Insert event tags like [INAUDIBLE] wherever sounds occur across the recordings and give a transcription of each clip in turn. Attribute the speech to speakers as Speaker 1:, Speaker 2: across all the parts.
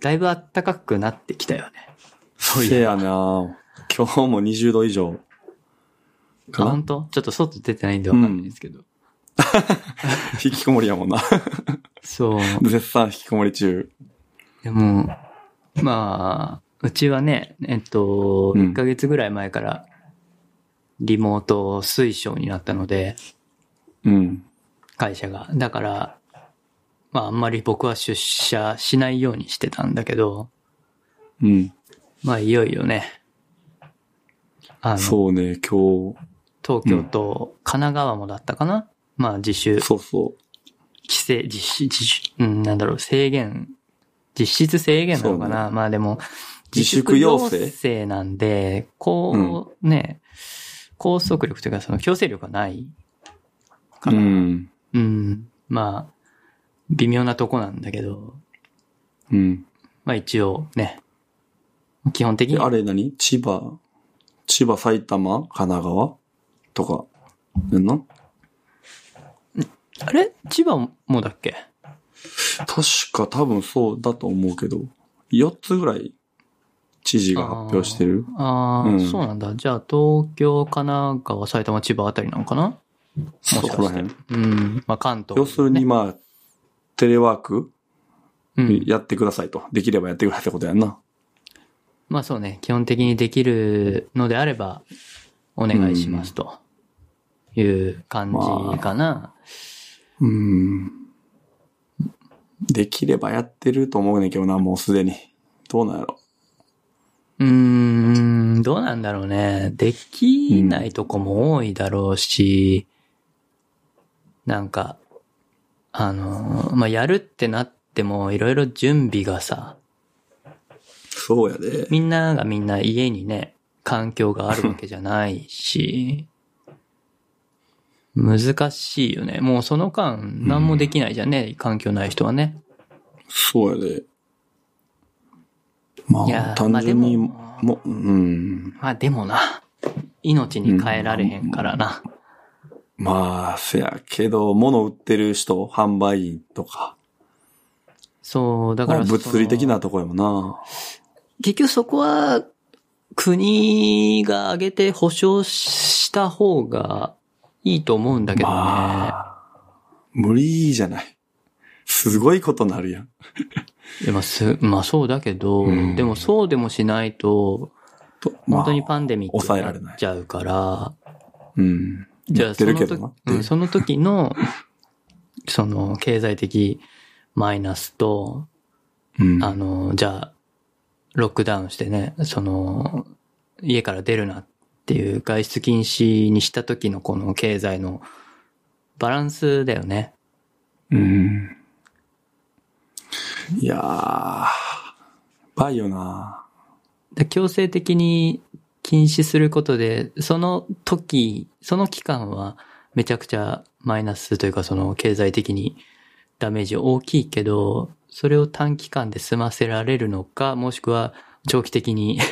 Speaker 1: だいぶ暖かくなってきたよね。そう
Speaker 2: せ
Speaker 1: いう。
Speaker 2: やな今日も20度以上。
Speaker 1: あ、
Speaker 2: かな
Speaker 1: 本当？ちょっと外出てないんでわかんないですけど。
Speaker 2: 引きこもりやもんな。 [LAUGHS]
Speaker 1: そう。
Speaker 2: 絶賛引きこもり中。
Speaker 1: でも、まあ、うちはね、えっと、
Speaker 2: うん
Speaker 1: 1ヶ月ぐらい前から、リモート推奨になったので、
Speaker 2: うん。
Speaker 1: 会社が。だから、まあ、あんまり僕は出社しないようにしてたんだけど、
Speaker 2: うん。
Speaker 1: まあ、いよいよね、あの、
Speaker 2: そうね、今
Speaker 1: 東京と神奈川もだったかな、まあ、自主
Speaker 2: 日、、そうそ
Speaker 1: 規制、実施、自主、うん、なんだろう、制限、実質制限なのか
Speaker 2: そ
Speaker 1: な、まあでも、
Speaker 2: 自粛要請
Speaker 1: 自粛なんで、こう、ね、拘束力というか、その強制力がない。
Speaker 2: う。うん。
Speaker 1: うん、まあ、微妙なとこなんだけど、
Speaker 2: うん。
Speaker 1: まあ一応ね、基本的
Speaker 2: で、
Speaker 1: に
Speaker 2: あれ何千葉、千葉、埼玉、神奈川とか。やんな
Speaker 1: あれ千葉もだっけ
Speaker 2: 確か多分そうだと思うけど、4つぐらい知事が発表してる。
Speaker 1: ああ、
Speaker 2: うん
Speaker 1: そうなんだ。じゃあ、東京、神奈川、埼玉、千葉あたりなのかな
Speaker 2: そ
Speaker 1: もしかして
Speaker 2: こら辺。
Speaker 1: うん。まあ、関東、
Speaker 2: 要するに、まあ、テレワーク
Speaker 1: うん、
Speaker 2: やってくださいと。できればやってくださいってことやんな。
Speaker 1: まあそうね、基本的にできるのであれば、お願いしますという感じかな。
Speaker 2: うん。できればやってると思うねんけどな、もうすでに。どうなんやろ。
Speaker 1: うーん、どうなんだろうね。できないとこも多いだろうし、なんか、あの、まあ、やるってなっても、いろいろ準備がさ、
Speaker 2: そうやで。
Speaker 1: みんながみんな家にね、環境があるわけじゃないし、難しいよね。もうその間、何もできないじゃんね、環境ない人はね。
Speaker 2: そうやで。ま
Speaker 1: い
Speaker 2: あ、
Speaker 1: やー
Speaker 2: 単純に、
Speaker 1: まあで
Speaker 2: もう、うん。
Speaker 1: まあでもな、命に変えられへんからな。
Speaker 2: まあ、せやけど、物売ってる人、販売員とか。
Speaker 1: そう、だか
Speaker 2: まあ、
Speaker 1: らその、
Speaker 2: 物理的なとこやもんな。
Speaker 1: 結局そこは、国が挙げて保障した方がいいと思うんだけどね。
Speaker 2: ま無理じゃない。すごいことなるやん。
Speaker 1: でもすまあそうだけど、
Speaker 2: うん
Speaker 1: でもそうでもしないと、
Speaker 2: とまあ
Speaker 1: 本当にパンデミック
Speaker 2: 抑え
Speaker 1: に
Speaker 2: られ
Speaker 1: な
Speaker 2: ない
Speaker 1: っちゃうから、
Speaker 2: うん。
Speaker 1: じゃ
Speaker 2: 言
Speaker 1: あ
Speaker 2: っ
Speaker 1: そ
Speaker 2: て
Speaker 1: の
Speaker 2: るけ
Speaker 1: 時
Speaker 2: どな。
Speaker 1: うんその時の、 [LAUGHS] その経済的マイナスと、
Speaker 2: うん。
Speaker 1: あの、じゃあ、ロックダウンしてね、その、家から出るなっていう外出禁止にした時のこの経済のバランスだよね。
Speaker 2: うん。いやー、バイよな。
Speaker 1: で強制的に禁止することで、その時、その期間はめちゃくちゃマイナスというかその経済的にダメージ大きいけど、それを短期間で済ませられるのか、もしくは長期的に [LAUGHS]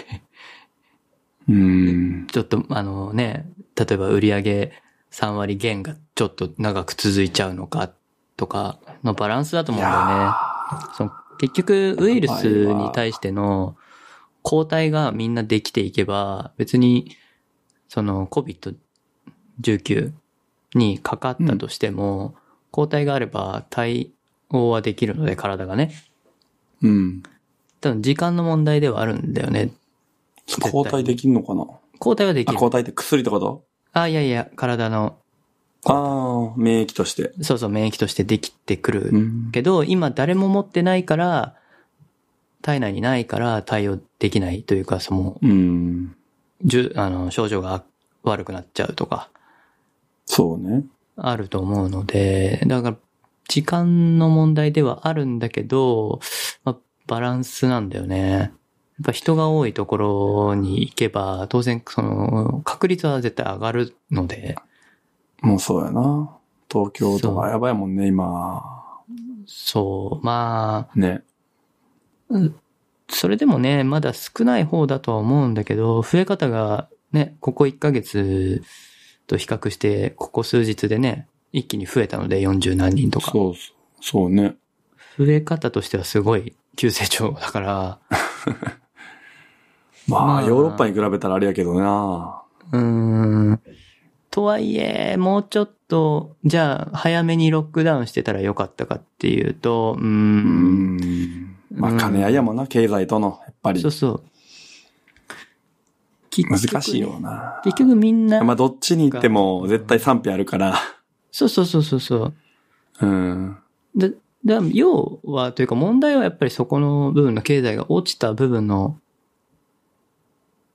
Speaker 2: うん。
Speaker 1: ちょっとあのね、例えば売り上げ3割減がちょっと長く続いちゃうのかとかのバランスだと思うんだよね。その結局ウイルスに対しての抗体がみんなできていけば、別にその COVID-19 にかかったとしても、抗体があれば対応はできるので体がね。
Speaker 2: うん。
Speaker 1: 多分時間の問題ではあるんだよね。対に
Speaker 2: 交代できんのかな
Speaker 1: 抗体はでき
Speaker 2: あ、
Speaker 1: る。
Speaker 2: 交代って薬ってこと
Speaker 1: あ、いやいや、体の、
Speaker 2: ああ、免疫として。
Speaker 1: そうそう免疫としてできてくる
Speaker 2: うん。
Speaker 1: けど、今誰も持ってないから、体内にないから対応できないというか、その、
Speaker 2: うん。
Speaker 1: じゅあの、症状が悪くなっちゃうとか、
Speaker 2: そうね。
Speaker 1: あると思うので、だから、時間の問題ではあるんだけど、まあ、バランスなんだよね。やっぱ人が多いところに行けば、当然、その、確率は絶対上がるので、
Speaker 2: もうそうやな。東京と
Speaker 1: そう
Speaker 2: かやばいもんね、今。
Speaker 1: そう、まあ、
Speaker 2: ね。
Speaker 1: それでもね、まだ少ない方だとは思うんだけど、増え方がね、ここ1ヶ月と比較して、ここ数日でね、一気に増えたので40何人とか。
Speaker 2: そうそう。そうね。
Speaker 1: 増え方としてはすごい急成長だから、ま
Speaker 2: ま
Speaker 1: あ
Speaker 2: あ、ヨーロッパに比べたらあれやけどな。
Speaker 1: うーん。とはいえ、もうちょっと、じゃあ、早めにロックダウンしてたらよかったかっていうと、うー。
Speaker 2: うんん。ま
Speaker 1: う
Speaker 2: あ、
Speaker 1: ん
Speaker 2: 金合いやもんな、経済との、やっぱり
Speaker 1: そう。そう。結局ね
Speaker 2: 難しいよ。な。
Speaker 1: 結局みんな、
Speaker 2: まあ、どっちに行っても絶対賛否あるから。
Speaker 1: そうそうそうそうそう。
Speaker 2: うん。
Speaker 1: だ、だ、要は、というか問題はやっぱりそこの部分の経済が落ちた部分の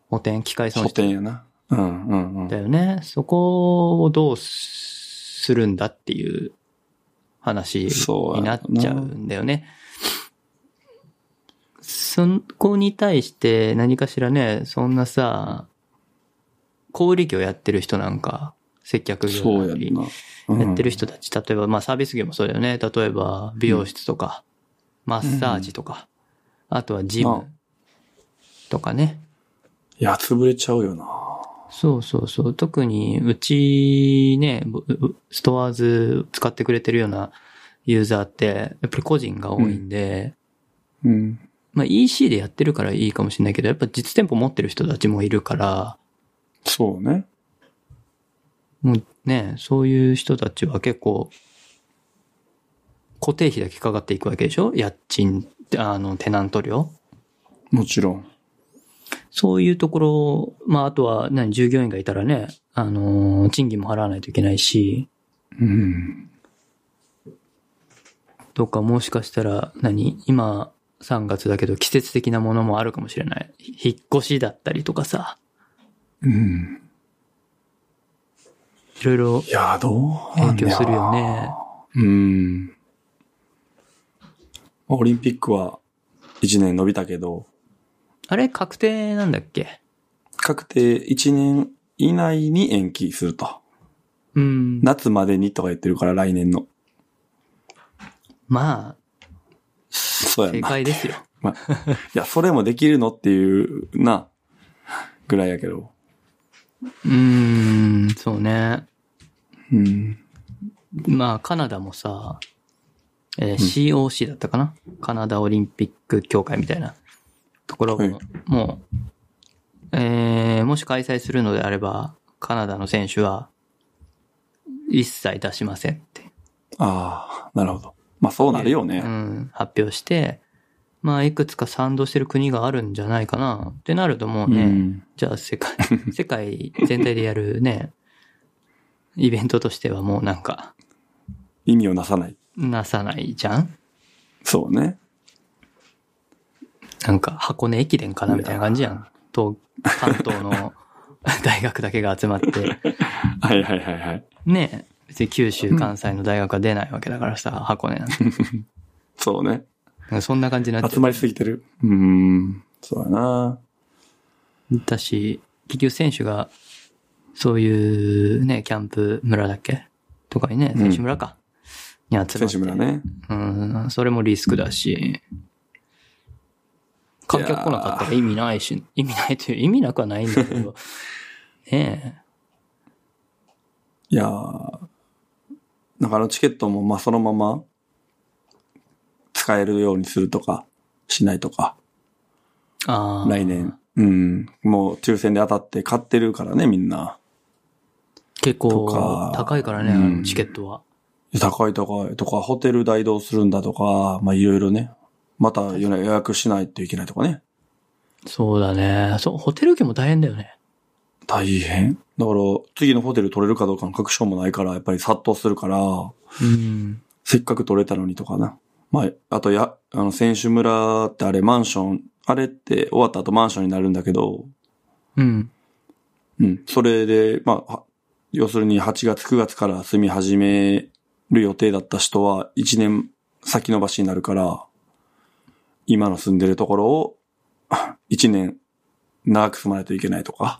Speaker 1: 補填、機械損
Speaker 2: 補
Speaker 1: 失
Speaker 2: 填やな。うんうんう
Speaker 1: だ
Speaker 2: ん。
Speaker 1: よね。そこをどうするんだっていう話
Speaker 2: そうや
Speaker 1: に
Speaker 2: な
Speaker 1: なっちゃうんだよね。そこに対して何かしらね、そんなさ、小売業やってる人なんか、接客業
Speaker 2: そう
Speaker 1: だ
Speaker 2: や
Speaker 1: ったり
Speaker 2: んな。うん
Speaker 1: やってる人たち、例えば、まあサービス業もそうだよね。例えば、美容室とか、マッサージとか、あとはジ
Speaker 2: あ
Speaker 1: ムとかね。
Speaker 2: いや、潰れちゃうよな。
Speaker 1: そうそうそう。特に、うちね、ぼうストアーズ使ってくれてるようなユーザーって、やっぱり個人が多いんで、
Speaker 2: うん。
Speaker 1: まあ EC でやってるからいいかもしれないけど、やっぱ実店舗持ってる人たちもいるから、
Speaker 2: そうね。
Speaker 1: もうね、そういう人たちは結構、固定費だけかかっていくわけでしょ家賃、あの、テナント料
Speaker 2: もちろん。
Speaker 1: そういうところ、まあ、あとは、何、従業員がいたらね、あのー、賃金も払わないといけないし、
Speaker 2: うん。
Speaker 1: とか、もしかしたら、何、今、3月だけど、季節的なものもあるかもしれない。ひ引っ越しだったりとかさ、
Speaker 2: うん。
Speaker 1: いろいろ
Speaker 2: いや、どうなん
Speaker 1: 影響
Speaker 2: だよな
Speaker 1: するよね。
Speaker 2: うん。まあオリンピックは1年伸びたけど、
Speaker 1: あれ、確定なんだっけ
Speaker 2: 確定1年以内に延期すると。
Speaker 1: うん。
Speaker 2: 夏までにとか言ってるから来年の。
Speaker 1: ま
Speaker 2: そう
Speaker 1: あ、
Speaker 2: や
Speaker 1: 正
Speaker 2: んな。い
Speaker 1: 解ですよ。
Speaker 2: や、それもできるのっていうな、ぐらいやけど。
Speaker 1: うーん、そうね。
Speaker 2: うん。
Speaker 1: まあ、カナダもさ、えー COC だったかな、カナダオリンピック協会みたいなところも、
Speaker 2: はい
Speaker 1: もう、えーもし開催するのであれば、カナダの選手は、一切出しませんって、
Speaker 2: ああ、なるほど。まあそうなるよ
Speaker 1: う
Speaker 2: ね。
Speaker 1: ん、発表して、まあ、いくつか賛同してる国があるんじゃないかなってなるともうね、
Speaker 2: うん
Speaker 1: じゃあ世界、世界全体でやるね、イベントとしてはもうなんか、
Speaker 2: 意味をなさない。
Speaker 1: なさないじゃん
Speaker 2: そうね。
Speaker 1: なんか箱根駅伝かなみたいな感じやん。と、関東
Speaker 2: [LAUGHS]
Speaker 1: の大学だけが集まって。
Speaker 2: はいはいはいはい。
Speaker 1: ねえ、別に九州、関西の大学は出ないわけだからさ、箱根なんて。
Speaker 2: [LAUGHS] そうね。
Speaker 1: なんかそんな感じになっ
Speaker 2: 集
Speaker 1: て
Speaker 2: まりすぎてる。うん。そうだな。
Speaker 1: たし、結局選手が、そういうね、キャンプ村だっけとかにね、
Speaker 2: うん
Speaker 1: 選手村か。に集まっ
Speaker 2: 選
Speaker 1: て。
Speaker 2: 手村ね。
Speaker 1: うん、それもリスクだし。観客来なかったら意味ないし、意味ないという、意味なくはないんだけ
Speaker 2: [LAUGHS]
Speaker 1: ど。ねえ。
Speaker 2: いやー、なんかあのチケットもまあそのまま使えるようにするとか、しないとか、
Speaker 1: ああ。
Speaker 2: 来年。うん。もう抽選で当たって買ってるからね、みんな。
Speaker 1: 結
Speaker 2: と
Speaker 1: 構
Speaker 2: か
Speaker 1: 高いからね、あ
Speaker 2: うん
Speaker 1: のチケットは。
Speaker 2: 高い高いとか、ホテル代どうするんだとか、まあいろいろね。また予約しないといけないとかね。
Speaker 1: そうだね。そう、ホテル券も大変だよね。
Speaker 2: 大変。だから、次のホテル取れるかどうかの確証もないから、やっぱり殺到するから、
Speaker 1: うん。
Speaker 2: せっかく取れたのにとかな。まあ、あとや、あの、選手村ってあれマンション、あれって終わった後マンションになるんだけど、
Speaker 1: うん。
Speaker 2: うん。それで、まあ、は要するに8月9月から住み始める予定だった人は1年先延ばしになるから、今の住んでるところを1年長く住まないといけないとか、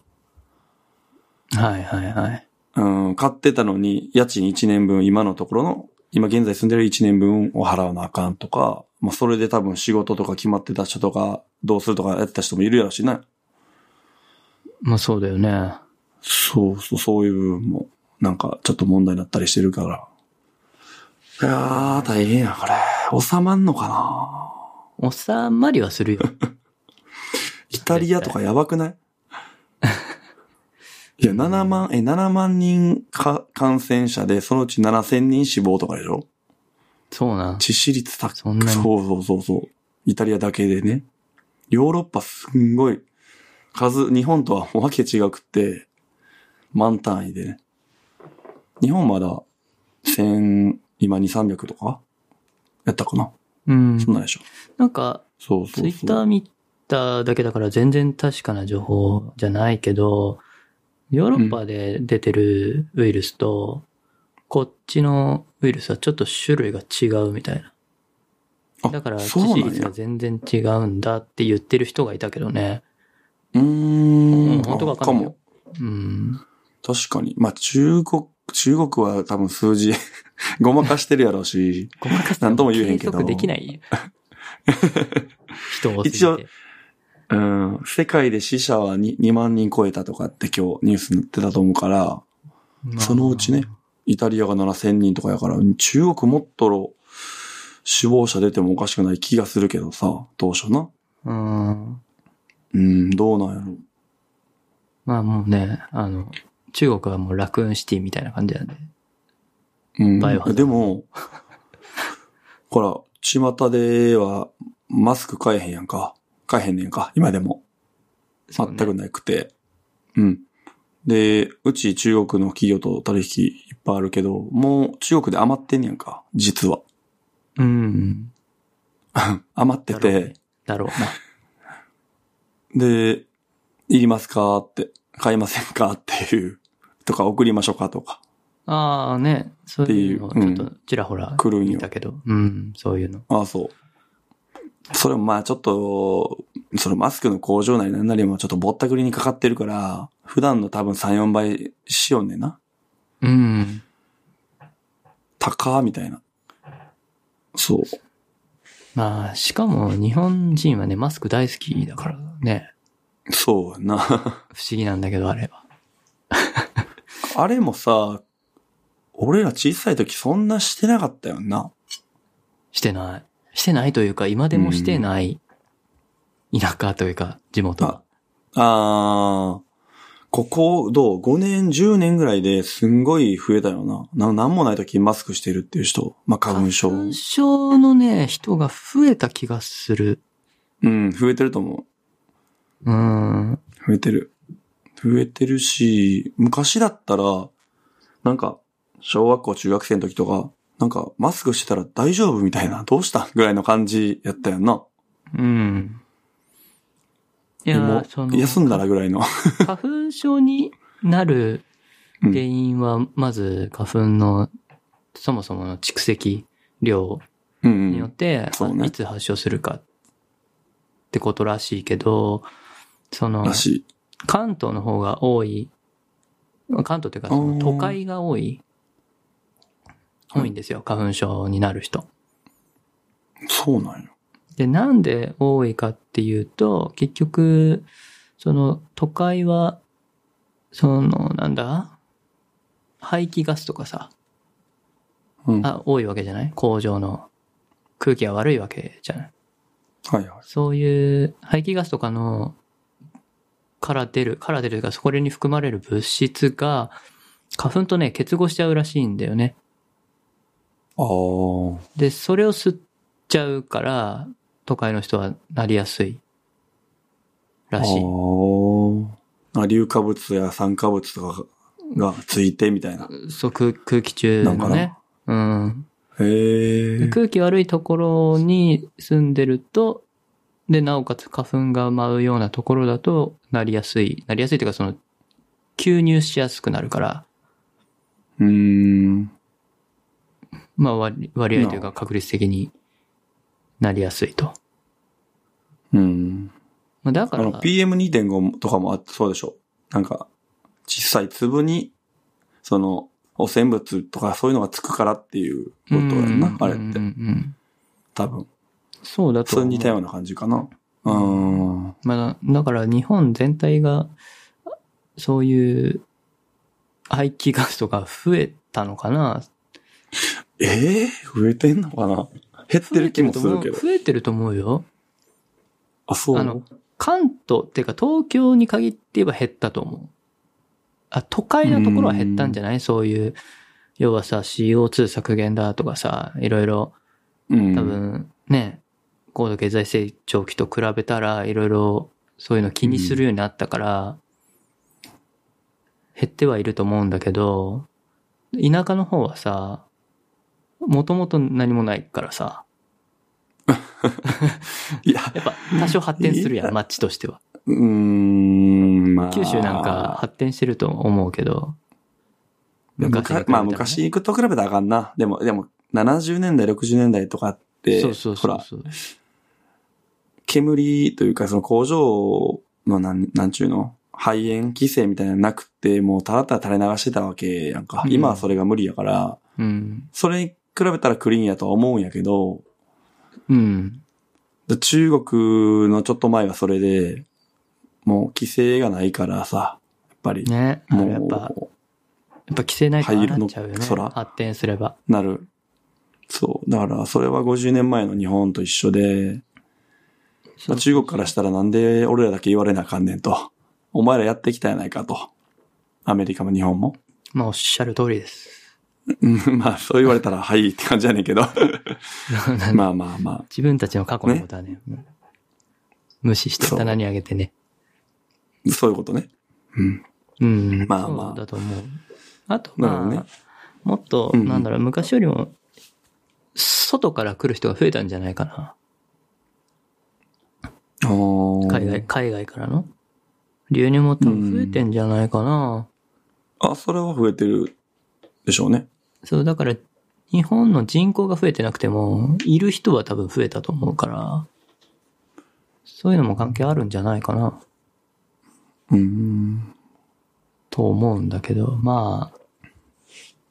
Speaker 1: はいはいはい。
Speaker 2: うん、買ってたのに家賃1年分今のところの、今現在住んでる1年分を払わなあかんとか、まあそれで多分仕事とか決まってた人とか、どうするとかやってた人もいるやろしな。
Speaker 1: まあそうだよね。
Speaker 2: そうそう、そういう部分も、なんか、ちょっと問題になったりしてるから。いやー、大変や、これ。収まんのかな
Speaker 1: 収まりはする
Speaker 2: [LAUGHS]
Speaker 1: よ。
Speaker 2: イタリアとかやばくない [LAUGHS] いや、7万、え、7万人か感染者で、そのうち7000人死亡とかでしょ
Speaker 1: そうなん。
Speaker 2: 致死率高
Speaker 1: そんなに
Speaker 2: そうそうそうそう。イタリアだけでね。ヨーロッパすんごい数、日本とはわけ違くって、満単位でね。日本まだ、千、今二三百とかやったかな
Speaker 1: うん。
Speaker 2: そんなんでしょ。
Speaker 1: なんか、
Speaker 2: そうそうそう。
Speaker 1: ツイッター見ただけだから全然確かな情報じゃないけど、ヨーロッパで出てるウイルスと、こっちのウイルスはちょっと種類が違うみたいな。
Speaker 2: あ
Speaker 1: だから、致
Speaker 2: そう
Speaker 1: 死
Speaker 2: なん
Speaker 1: 率
Speaker 2: や
Speaker 1: が。全然違うんだって言ってる人がいたけどね。
Speaker 2: うー。
Speaker 1: うんん本当わ
Speaker 2: あ
Speaker 1: か
Speaker 2: か
Speaker 1: んないよ
Speaker 2: も。
Speaker 1: うん。
Speaker 2: 確かに。まあ、中国、中国は多分数字、 [LAUGHS] ごまかしてるやろうし、
Speaker 1: ごまかす
Speaker 2: なんとも言えへんけど
Speaker 1: 計測でき
Speaker 2: [LAUGHS]
Speaker 1: ない。人多すぎて。
Speaker 2: 一応うん、世界で死者は 2, 2万人超えたとかって今日ニュースになってたと思うから、
Speaker 1: まあ
Speaker 2: そのうちね。イタリアが7000人とかやから、中国もっと死亡者出てもおかしくない気がするけどさ、当初な。
Speaker 1: うん。
Speaker 2: うん、どうなんやろ。
Speaker 1: まあもうね、あの、中国はもうラクーンシティみたいな感じだね。バイオハザー
Speaker 2: うん、
Speaker 1: ド
Speaker 2: でも、ほら、巷ではマスク買えへんやんか。買えへんねんか、今でも。
Speaker 1: そう
Speaker 2: 全
Speaker 1: ね
Speaker 2: くなくて。うん。で、うち中国の企業と取引いっぱいあるけど、もう中国で余ってんねやんか、実は。
Speaker 1: うん。
Speaker 2: 余ってて、
Speaker 1: だろう
Speaker 2: [LAUGHS]
Speaker 1: ね。
Speaker 2: で、いりますかって、買いませんかっていう、とか送りましょうかとか。
Speaker 1: ああね、そういうの
Speaker 2: っていうう
Speaker 1: を
Speaker 2: ん
Speaker 1: ちょっとちらほら
Speaker 2: 来るん
Speaker 1: 見
Speaker 2: よ
Speaker 1: たけど、うん、そういうの。
Speaker 2: ああ、そう。それもまあちょっと、そのマスクの工場なりなんなりもちょっとぼったくりにかかってるから、普段の多分3、4倍しようねんな。
Speaker 1: うん。
Speaker 2: 高ーみたいな。そう。
Speaker 1: まあ、しかも日本人はね、マスク大好きだからね、
Speaker 2: そうやな。
Speaker 1: 不思議なんだけど、あれは。
Speaker 2: あれもさ、俺ら小さい時そんなしてなかったよな。
Speaker 1: してない。してないというか、今でもしてない、田舎というか、地元は。
Speaker 2: あー、ここ、どう ?5 年、10年ぐらいですんごい増えたよな。な、なんもない時マスクしてるっていう人。まあ、花粉症。
Speaker 1: 花粉症のね、人が増えた気がする。
Speaker 2: うん、増えてると思
Speaker 1: うん。
Speaker 2: う。増えてる。増えてるし、昔だったら、なんか、小学校、中学生の時とか、なんか、マスクしてたら大丈夫みたいな、どうしたぐらいの感じやったよな。
Speaker 1: うん。いや
Speaker 2: も
Speaker 1: ー、
Speaker 2: う
Speaker 1: その、
Speaker 2: 休んだらぐらいの。
Speaker 1: [LAUGHS] 花粉症になる
Speaker 2: うん
Speaker 1: 原因は、まず花粉のそもそもの蓄積量
Speaker 2: うん
Speaker 1: に
Speaker 2: う
Speaker 1: よっ
Speaker 2: ん。
Speaker 1: て、
Speaker 2: そうね
Speaker 1: いつ発症するかってことらしいけど、その
Speaker 2: ら、しい。
Speaker 1: 関東の方が多い、関東というかその都会が多い、
Speaker 2: うん
Speaker 1: 多いんですよ、花粉症になる人。
Speaker 2: そうなんよ。
Speaker 1: で、なんで多いかっていうと、結局、その都会は、その、なんだ排気ガスとかさ、
Speaker 2: うん。は
Speaker 1: あ、多いわけじゃない工場の空気が悪いわけじゃない
Speaker 2: いは
Speaker 1: そういう排気ガスとかの、から出る、から出るというか、そこに含まれる物質が、花粉とね、結合しちゃうらしいんだよね。
Speaker 2: い。
Speaker 1: で、それを吸っちゃうから、都会の人はなりやすい。
Speaker 2: ああ。
Speaker 1: らしい。
Speaker 2: ああ。硫化物や酸化物とかがついてみたいな。
Speaker 1: そう、空空気中のね。うん。
Speaker 2: へえ。
Speaker 1: 空気悪いところに住んでると、で、なおかつ花粉が舞うようなところだとなりやすい。なりやすいというか、その、吸入しやすくなるから、
Speaker 2: うーん。
Speaker 1: まあ割割合というか確率的になりやすいと。
Speaker 2: うん。
Speaker 1: まあ、だか
Speaker 2: あ
Speaker 1: ら、
Speaker 2: の、PM2.5 とかもあってそうでしょ。なんか、小さい粒に、その、汚染物とかそういうのがつくからっていうことやんな、あれっ
Speaker 1: うんうんう
Speaker 2: て。
Speaker 1: ん
Speaker 2: 多分。
Speaker 1: そうだと
Speaker 2: それ
Speaker 1: 思う。
Speaker 2: に似たような感じかな。うーん。
Speaker 1: まあ、だから日本全体が、そういう排気ガスとか増えたのかな
Speaker 2: ええ増えてんのかな減ってる気もするけど。
Speaker 1: 増えてると思うよ。
Speaker 2: あ、そう
Speaker 1: あの、関東っていうか東京に限って言えば減ったと思う。あ、都会のところは減ったんじゃないそういう、要はさ、CO2 削減だとかさ、いろいろ、
Speaker 2: うん
Speaker 1: 多分ね、高度経済成長期と比べたら、いろいろそういうの気にするようになったから、減ってはいると思うんだけど、田舎の方はさ、もともと何もないからさ、
Speaker 2: いや、
Speaker 1: やっぱ多少発展するや
Speaker 2: いや
Speaker 1: ん、街としては。
Speaker 2: うーん、まあ。
Speaker 1: 九州なんか、発展してると思うけど、
Speaker 2: 昔、
Speaker 1: に比べた
Speaker 2: ま
Speaker 1: ら
Speaker 2: あ
Speaker 1: ね
Speaker 2: 昔にと比べたらあかんな。でも、でも、70年代、60年代とかって、
Speaker 1: そうそう
Speaker 2: ほ
Speaker 1: そう
Speaker 2: ら、
Speaker 1: そう。
Speaker 2: 煙というか、その工場のなん、なんちゅうの肺炎規制みたいなのなくて、もうただただ垂れ流してたわけやんか。
Speaker 1: うん
Speaker 2: 今はそれが無理やから、
Speaker 1: うん。
Speaker 2: それに比べたらクリーンやとは思うんやけど、
Speaker 1: うん。
Speaker 2: で中国のちょっと前はそれで、もう規制がないからさ、やっぱり、
Speaker 1: ね。あ
Speaker 2: も
Speaker 1: のやっぱ、やっ
Speaker 2: う、
Speaker 1: ぱ規制ないとああなっちゃうよね。
Speaker 2: 灰色の空
Speaker 1: 発展すれば。
Speaker 2: なる。そう。だから、それは50年前の日本と一緒で、まあ中国からしたらなんで俺らだけ言われなあかんねんと。お前らやってきたやないかと。アメリカも日本も。 [LAUGHS]
Speaker 1: まあおっしゃる通りです。
Speaker 2: うんまあ、そう言われたら、はいって感じやねん
Speaker 1: [LAUGHS]
Speaker 2: けど。まあまあま
Speaker 1: 自分たちの過去のことはね、無視して
Speaker 2: そう
Speaker 1: 棚にあげてね。
Speaker 2: あ、そういうことね。うん。
Speaker 1: うん。
Speaker 2: まあまあ
Speaker 1: そうだと思う。あと、
Speaker 2: なるほど
Speaker 1: ま
Speaker 2: ね
Speaker 1: あ、もっと、
Speaker 2: うんうん
Speaker 1: なんだろう、昔よりも、外から来る人が増えたんじゃないかな。
Speaker 2: おー
Speaker 1: 海外、海外からの。流入も多分増えてんじゃないかな。
Speaker 2: あ、それは増えてるでしょうね。
Speaker 1: そう、だから、日本の人口が増えてなくても、いる人は多分増えたと思うから、そういうのも関係あるんじゃないかな、
Speaker 2: うん。
Speaker 1: と思うんだけど、まあ、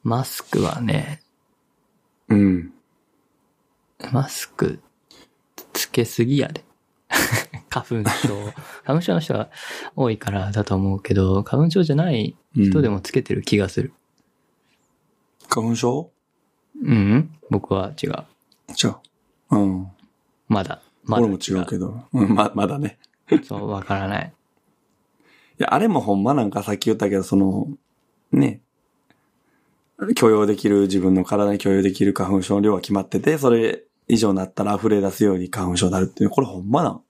Speaker 1: マスクはね、
Speaker 2: うん。
Speaker 1: マスク、つけすぎやで。 [LAUGHS] 花粉症。
Speaker 2: [LAUGHS]
Speaker 1: 花粉症の人が多いからだと思うけど、花粉症じゃない人でもつけてる気がする。
Speaker 2: 花粉症
Speaker 1: うん、僕は違う。
Speaker 2: 違う。うん。
Speaker 1: まだ。まだ
Speaker 2: 俺も違うけど。うん、ま、まだね。
Speaker 1: そう、わからない。
Speaker 2: いや、あれもほんまなんかさっき言ったけど、その、ね。許容できる、自分の体に許容できる花粉症の量は決まってて、それ以上になったら溢れ出すように花粉症になるっていう、これほんまなん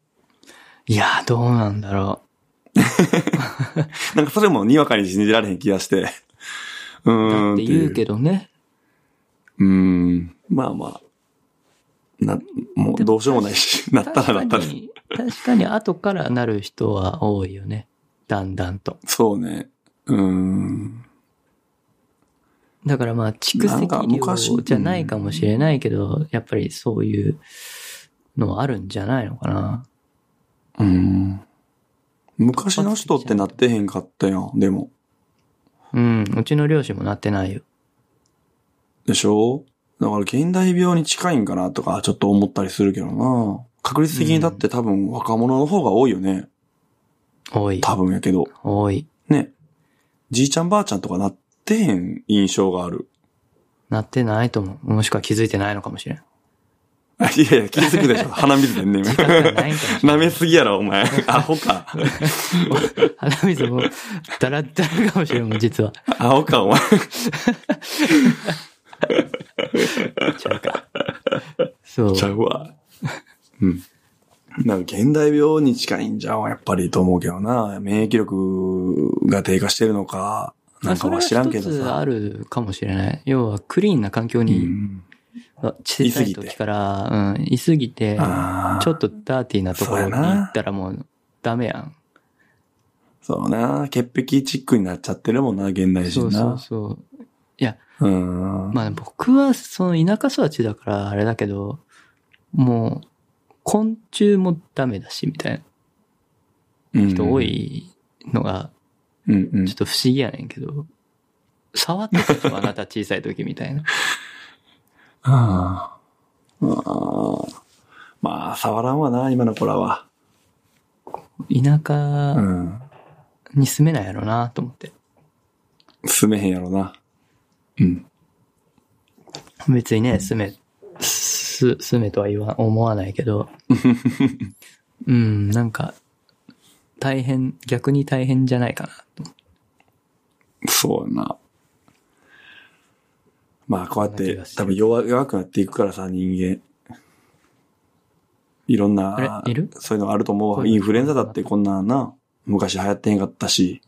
Speaker 1: いやー、どうなんだろ
Speaker 2: なんかそれもにわかに信じられへん気がして。う
Speaker 1: う。
Speaker 2: ー
Speaker 1: だ
Speaker 2: ん。
Speaker 1: って言う
Speaker 2: ど。
Speaker 1: けどね。
Speaker 2: うーん。まあまあ。な、もうどうしようもないし、なったらなったで。
Speaker 1: に、確かに後からなる人は多いよね。だんだんと。
Speaker 2: そうね。うーん。
Speaker 1: だからまあ、蓄
Speaker 2: なんか昔
Speaker 1: 積量じゃないかもしれないけど、やっぱりそういうのはあるんじゃないのかな。
Speaker 2: うーん。昔の人ってなってへんかったやん、でも。
Speaker 1: うん、うちの両親もなってないよ。
Speaker 2: でしょだから現代病に近いんかなとか、ちょっと思ったりするけどな。確率的にだって多分若者の方が多いよね。
Speaker 1: 多い。
Speaker 2: 多分やけど。
Speaker 1: 多い。
Speaker 2: ね。じいちゃんばあちゃんとかなってへん印象がある。 [LAUGHS]
Speaker 1: なってないと思う。もしくは気づいてないのかもしれん。 [LAUGHS]
Speaker 2: いやいや、気づくでしょ。鼻水でんねん。 [LAUGHS]
Speaker 1: 自覚がないんかもしれ
Speaker 2: 舐
Speaker 1: ん。
Speaker 2: めすぎやろ、お前。 [LAUGHS] アホか。
Speaker 1: 鼻水も、だらだらかもしれんもん、実は。
Speaker 2: アホか、お前。
Speaker 1: そう。
Speaker 2: ちゃうわ。うん。なんか現代病に近いんじゃん、やっぱりと思うけどな。免疫力が低下してるのか、なんかは知らんけど
Speaker 1: それは一つ
Speaker 2: さ。
Speaker 1: あるかもしれない。要は、クリーンな環境
Speaker 2: う
Speaker 1: に、
Speaker 2: ん。
Speaker 1: 小さい時から、うん、いすぎて、
Speaker 2: ああ。
Speaker 1: ちょっとダーティーなところに行ったらもう、ダメやん。
Speaker 2: そうな。潔癖チックになっちゃってるもんな、現代
Speaker 1: そ
Speaker 2: 人
Speaker 1: うそう
Speaker 2: な。
Speaker 1: そう。
Speaker 2: うん。
Speaker 1: まあ、僕は、その田舎育ちだから、あれだけど、もう、昆虫もダメだし、みたい
Speaker 2: うん
Speaker 1: な人多。いのが、
Speaker 2: うんうん
Speaker 1: ちょっ。と不思議やねんけど、触ってたでしょあなた小さい時みたいな。
Speaker 2: ああ。まあ、触らんわな、今の子らは。
Speaker 1: 田舎
Speaker 2: うん。
Speaker 1: に住めないやろなと思って。
Speaker 2: 住めへんやろな。うん。
Speaker 1: 別にね、住め、すす、すめとは言わ、思わないけ
Speaker 2: [LAUGHS]
Speaker 1: ど、うん、なんか、大変、逆に大変じゃないかなと。
Speaker 2: そうやな。まあ、こうやっ
Speaker 1: そんな
Speaker 2: て
Speaker 1: 気がす、る
Speaker 2: 多分弱弱くなっていくからさ、人間。いろんな
Speaker 1: あ、れいる
Speaker 2: そういうのあると思う
Speaker 1: こ
Speaker 2: わ。
Speaker 1: ういうの
Speaker 2: インフルエンザだってこんなな、昔流行ってへんかったし、っ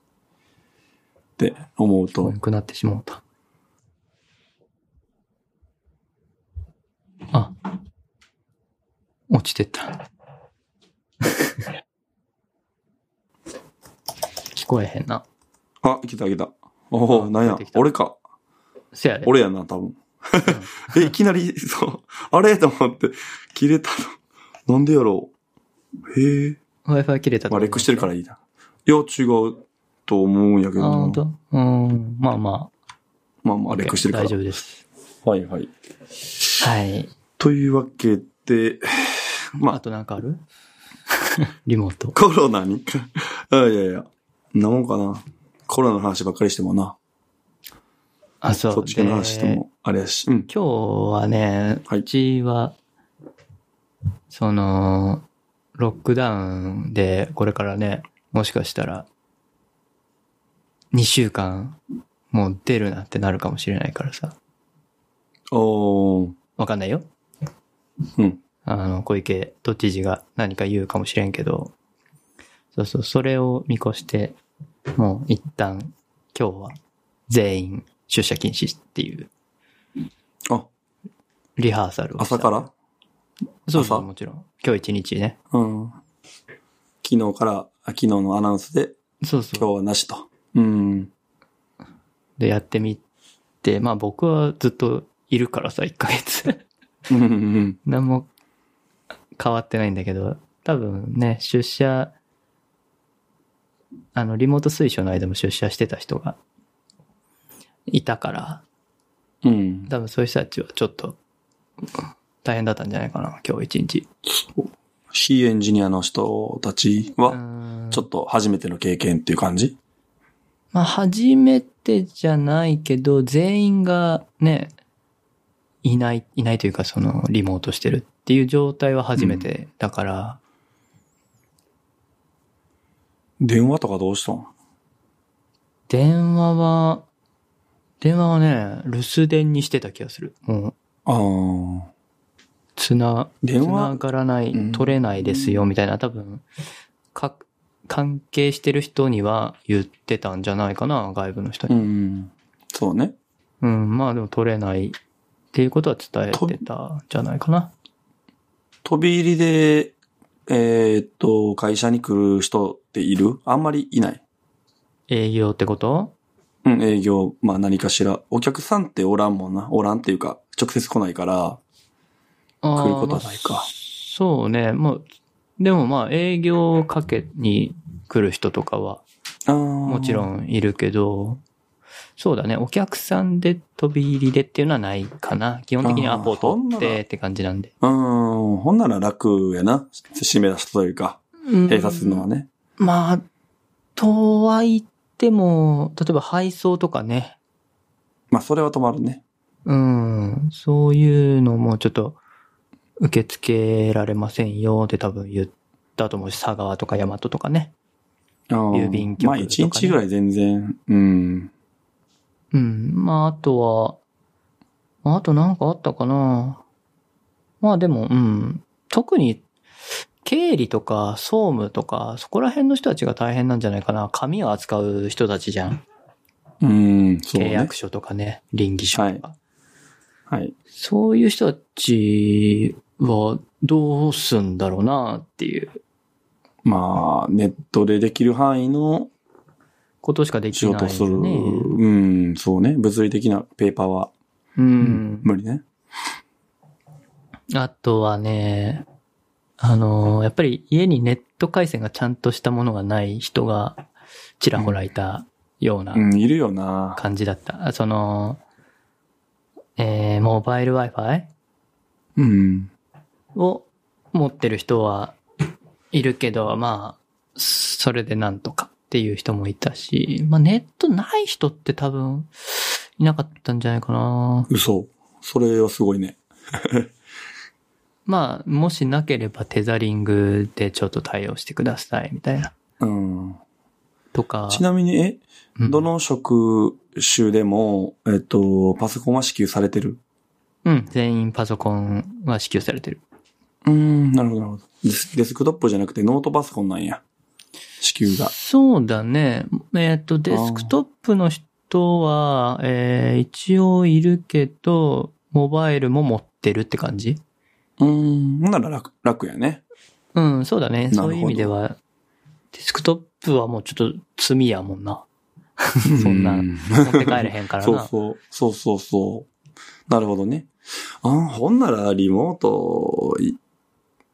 Speaker 2: て思うと
Speaker 1: 遠、くなってしまうと。あ、落ちてった。 [LAUGHS] 聞こえへんな。
Speaker 2: あ、来た来た。おお、
Speaker 1: あ
Speaker 2: なんや
Speaker 1: 帰ってき、た
Speaker 2: 俺か。
Speaker 1: せやで。
Speaker 2: 俺やな、多分。 [LAUGHS] え、いきなり、そう、あれと [LAUGHS] 思って、切れたの。なんでやろう。へえ。
Speaker 1: Wi-Fi 切れた
Speaker 2: まあ、レックしてるからいいな。いや、違うと思うんやけ
Speaker 1: あ、
Speaker 2: どな。
Speaker 1: 本当。うん。まあま
Speaker 2: まあま
Speaker 1: あ。
Speaker 2: あ、レックしてるから
Speaker 1: 大丈。夫です。
Speaker 2: はいはい。
Speaker 1: はい。
Speaker 2: というわけで、 [LAUGHS] ま
Speaker 1: あ
Speaker 2: あ、
Speaker 1: となんかある [LAUGHS] リモート。
Speaker 2: コロナにか、 [LAUGHS] あいやいや、んなもんかな。コロナの話ばっかりしてもな。
Speaker 1: あ、そう。
Speaker 2: そっち系の話して
Speaker 1: で
Speaker 2: も、あれやし。うん。
Speaker 1: 今日はね、
Speaker 2: はいう
Speaker 1: ちは、その、ロックダウンで、これからね、もしかしたら、2週間、もう出るなってなるかもしれないからさ。
Speaker 2: おー、
Speaker 1: わかんないよ。
Speaker 2: うん。
Speaker 1: あの、小池都知事が何か言うかもしれんけど、そうそう、それを見越して、もう一旦、今日は全員出社禁止っていう
Speaker 2: あ、
Speaker 1: リハーサルをした
Speaker 2: 朝から
Speaker 1: そうそう、
Speaker 2: 朝
Speaker 1: もちろん。今日一日ね。
Speaker 2: うん。昨日から、あ昨日のアナウンスで、
Speaker 1: そうそう。
Speaker 2: 今日はなしと。うん。
Speaker 1: でやってみて、まあ僕はずっといるからさ、1ヶ月。 [LAUGHS]
Speaker 2: うんうんうん。
Speaker 1: 何も変わってないんだけど、多分ね、出社、あの、リモート推奨の間も出社してた人がいたから、
Speaker 2: うん。
Speaker 1: 多分そういう人たちはちょっと大変だったんじゃないかな、今日一日。
Speaker 2: 非エンジニアの人たち
Speaker 1: う
Speaker 2: は、
Speaker 1: ーん
Speaker 2: ちょっと初めての経験っていう感じ
Speaker 1: まあ、初めてじゃないけど、全員がね、いない、いないというか、その、リモートしてるっていう状態は初めてだから、
Speaker 2: 電話とかどうしたん
Speaker 1: 電話は、電話はね、留守電にしてた気がする。もう、
Speaker 2: あー。
Speaker 1: つな、
Speaker 2: 電
Speaker 1: つな
Speaker 2: 話
Speaker 1: がらない、
Speaker 2: うん
Speaker 1: 取れないですよ、みたいな、多分、か、関係してる人には言ってたんじゃないかな、外部の人
Speaker 2: う
Speaker 1: に。
Speaker 2: ん。そうね。
Speaker 1: うん、まあでも取れないっていうことは伝えてたんじゃないかな。
Speaker 2: 飛び入りで、えーっと、会社に来る人っているあんまりいない。
Speaker 1: 営業ってこと
Speaker 2: うん、営業、まあ何かしら。お客さんっておらんもんな。おらんっていうか、直接来ないから。
Speaker 1: あ
Speaker 2: 来
Speaker 1: ー
Speaker 2: ることはないか
Speaker 1: まあそうね。まあ、でもまあ営業かけに来る人とかは
Speaker 2: も
Speaker 1: もちろ
Speaker 2: ん。
Speaker 1: んいるけど、そうだね。お客さんで飛び入りでっていうのはないかな。基本的にアポ取
Speaker 2: あーそ
Speaker 1: っ
Speaker 2: んな
Speaker 1: て
Speaker 2: の
Speaker 1: って感じなんで。
Speaker 2: うん、ほんなら楽やな。締め出すというか、
Speaker 1: 閉
Speaker 2: 閉鎖するのはね。
Speaker 1: まあ、とは言っても、例えば配送とかね。
Speaker 2: まあそれは止まるね。
Speaker 1: うん。そういうのもちょっと受け付けられませんよって多分言ったと思うし、佐川とか大和とかね。
Speaker 2: うん
Speaker 1: 郵便局と
Speaker 2: ま
Speaker 1: か
Speaker 2: あ
Speaker 1: ね
Speaker 2: 一日ぐらい全然、うん。
Speaker 1: うん。まあ、あとは、まあ、あとなんかあったかな。まあでも、うん。特に、経理とか、総務とか、そこら辺の人たちが大変なんじゃないかな。紙を扱う人たちじゃん。
Speaker 2: うん、そう
Speaker 1: 契
Speaker 2: ね。
Speaker 1: 約書とかね、倫理書とか。
Speaker 2: はい。
Speaker 1: そういう人たちはどうすんだろうなっていう
Speaker 2: まあ、ネットでできる範囲の
Speaker 1: ことしかでき
Speaker 2: 仕
Speaker 1: な
Speaker 2: 事を
Speaker 1: い
Speaker 2: する。
Speaker 1: よね。
Speaker 2: うん、そうね。物理的なペーパーは
Speaker 1: うん。
Speaker 2: 無理ね。
Speaker 1: あとはね、あのーやっぱり家にネット回線がちゃんとしたものがない人がちらほらいたような
Speaker 2: うん、いるよな。
Speaker 1: 感じだった。その、えー、モバイル Wi-Fi
Speaker 2: うん。
Speaker 1: を持ってる人はいるけど、まあ、それでなんとかっていう人もいたし、まあネットない人って多分いなかったんじゃないかな。
Speaker 2: 嘘。それはすごいね。
Speaker 1: まあ、もしなければテザリングでちょっと対応してくださいみたいな。
Speaker 2: うん。
Speaker 1: とか。
Speaker 2: ちなみに、え、
Speaker 1: うん
Speaker 2: どの職種でも、えっと、パソコンは支給されてる
Speaker 1: うん、全員パソコンは支給されてる。
Speaker 2: うん、なるほど、なるほど。デスデスクトップじゃなくてノートパソコンなんや。支給が。
Speaker 1: そうだね。えっ、と、デスクトップの人は、えー一応いるけど、モバイルも持ってるって感じ
Speaker 2: うん、なら楽、楽やね。
Speaker 1: うん、そうだね。
Speaker 2: なるほ
Speaker 1: そ
Speaker 2: ど
Speaker 1: ういう意味では、デスクトップはもうちょっと罪やもんな。 [LAUGHS] そんな、
Speaker 2: う
Speaker 1: 持って帰れへんからな。
Speaker 2: [LAUGHS] そうそう、そうそうそう。なるほどね。あ、ほんならリモート、い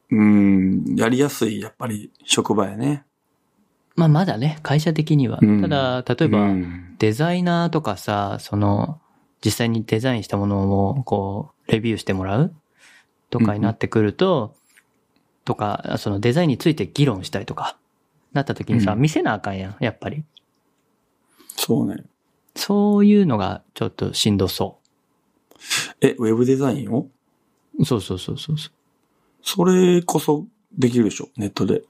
Speaker 2: うん、やりやすい、やっぱり、職場やね。
Speaker 1: まあ、まだね、会社的には。
Speaker 2: うん
Speaker 1: ただ、例えば、
Speaker 2: うん
Speaker 1: デザイナーとかさ、その、実際にデザインしたものを、こう、レビューしてもらうとかになってくると、とか、そのデザインについて議論したりとか、なった時にさ、
Speaker 2: うん
Speaker 1: 見せなあかんやん、やっぱり。
Speaker 2: そうね。
Speaker 1: そういうのが、ちょっとしんどそ
Speaker 2: え、ウェブデザインを
Speaker 1: う。そうそうそうそうそ
Speaker 2: それこそできるでしょ、ネットで。
Speaker 1: う。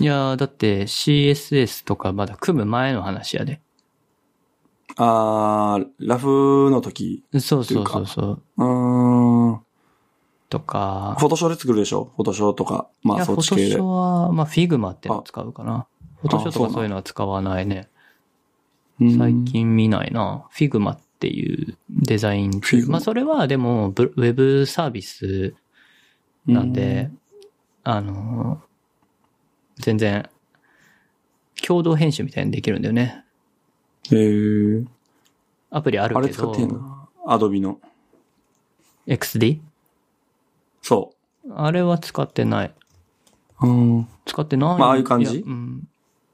Speaker 1: いやー、だって CSS とかまだ組む前の話やで。
Speaker 2: あー、ラフの時。
Speaker 1: そうそうそうそう。
Speaker 2: うーん。
Speaker 1: とか、
Speaker 2: フォトショーで作るでしょフォトショーとか。ま
Speaker 1: い
Speaker 2: あ、
Speaker 1: や、フ
Speaker 2: そ
Speaker 1: ォ
Speaker 2: っ
Speaker 1: ト
Speaker 2: ち
Speaker 1: シ
Speaker 2: 系で
Speaker 1: ョー。は、まあ、フィグマってのを使うかな。フォトショーと
Speaker 2: あそうな
Speaker 1: か
Speaker 2: ん
Speaker 1: そういうのは使わないね。
Speaker 2: うん
Speaker 1: 最。近見ないな。フィグマっていうデザインツール
Speaker 2: Figma
Speaker 1: まあそれはでもブウェブサービスなんで、あの、全然共同編集みたいにできるんだよね。
Speaker 2: うん。えー、
Speaker 1: アプリある
Speaker 2: あれ
Speaker 1: け
Speaker 2: 使っ
Speaker 1: ど、
Speaker 2: てんのアドビの。
Speaker 1: XD?
Speaker 2: そ
Speaker 1: あれは使ってない。
Speaker 2: う。うん。
Speaker 1: 使ってない。
Speaker 2: まあああいう感じ
Speaker 1: やうん。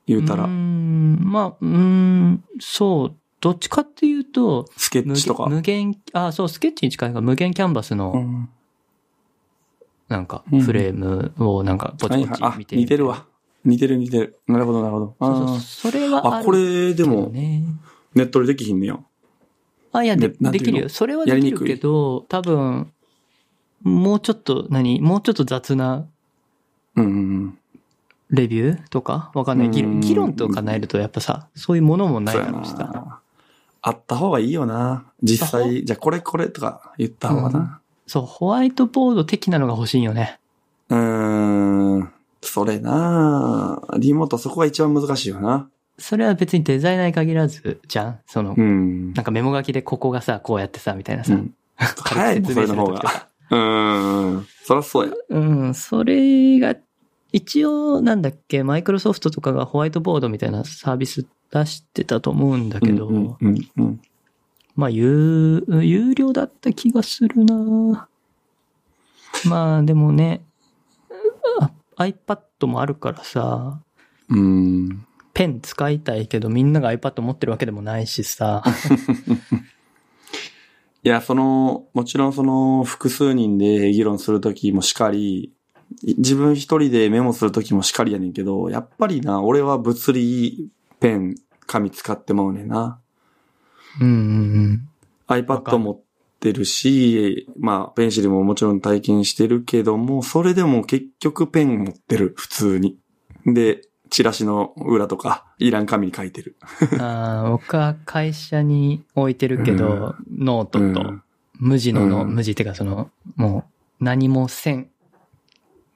Speaker 2: 言うた
Speaker 1: うー
Speaker 2: ら、
Speaker 1: ん、まあ、うーん、そう。どっちかっていうと、
Speaker 2: スケッ
Speaker 1: 無
Speaker 2: チとか。
Speaker 1: 無限、あ、そう、スケッチに近いが無限キャンバスの、
Speaker 2: うん。
Speaker 1: なんか
Speaker 2: うん、
Speaker 1: フレームをなんか、ポチ
Speaker 2: はい
Speaker 1: ポ
Speaker 2: はい
Speaker 1: チ
Speaker 2: あ
Speaker 1: 見、て。
Speaker 2: 似てる。わ。似てる似てる。なるほどなるほど。
Speaker 1: そうそう
Speaker 2: あー
Speaker 1: それはあ
Speaker 2: あ、
Speaker 1: る
Speaker 2: これで
Speaker 1: けど
Speaker 2: も
Speaker 1: ね。
Speaker 2: ネットでできひんねや。
Speaker 1: あ、いや、で
Speaker 2: ねなんて
Speaker 1: で
Speaker 2: いうの
Speaker 1: きるよ。それはできるけど、多分、もうちょっと、何もうちょっと雑な
Speaker 2: うんうん
Speaker 1: レビューとかわかんない。議
Speaker 2: う
Speaker 1: 論、
Speaker 2: ん
Speaker 1: 議論とかないと、やっぱさ、そういうものも
Speaker 2: うん。
Speaker 1: ない
Speaker 2: そう
Speaker 1: だ
Speaker 2: や
Speaker 1: ろうしさ。
Speaker 2: な。あった方がいいよな。実
Speaker 1: あほ
Speaker 2: 際、じゃあこれこれとか言った方がな。
Speaker 1: そう、ホワイトボード的なのが欲しいよね。
Speaker 2: うーん。それなリモートそこが一番難しいよな。
Speaker 1: それは別にデザイナーに限らず、じゃんその
Speaker 2: う、ん。
Speaker 1: なんかメモ書きでここがさ、こうやってさ、みたいな
Speaker 2: う
Speaker 1: さ。
Speaker 2: ん。早いもん、それの方
Speaker 1: 時とか
Speaker 2: が。うーん。そらそうや。
Speaker 1: うん、それが、一応、なんだっけ、マイクロソフトとかがホワイトボードみたいなサービス出してたと思うんだけど、
Speaker 2: うんうんうん。
Speaker 1: まあ、有、有料だった気がするなまあ、でもね、あ iPad もあるからさ、
Speaker 2: うん。うん
Speaker 1: ペン使いたいけど、みんなが iPad 持ってるわけでもないし
Speaker 2: [LAUGHS]
Speaker 1: さ、
Speaker 2: いや、その、もちろんその、複数人で議論するときもしかり、い自分一人でメモするときもしかりやねんけど、やっぱりな、俺は物理、ペン、紙使ってまうねんな。
Speaker 1: うんうんうん。か
Speaker 2: iPad
Speaker 1: る
Speaker 2: 持ってるし、まあ、ペンシルももちろん体験してるけども、それでも結局ペン持ってる、普通に。で、チラシの裏とか、いらん紙に書いてる。
Speaker 1: あー僕は会社に置いてるけど、ノートと、
Speaker 2: うん
Speaker 1: 無地のの、
Speaker 2: うん
Speaker 1: 無地っていうかその、もう何も線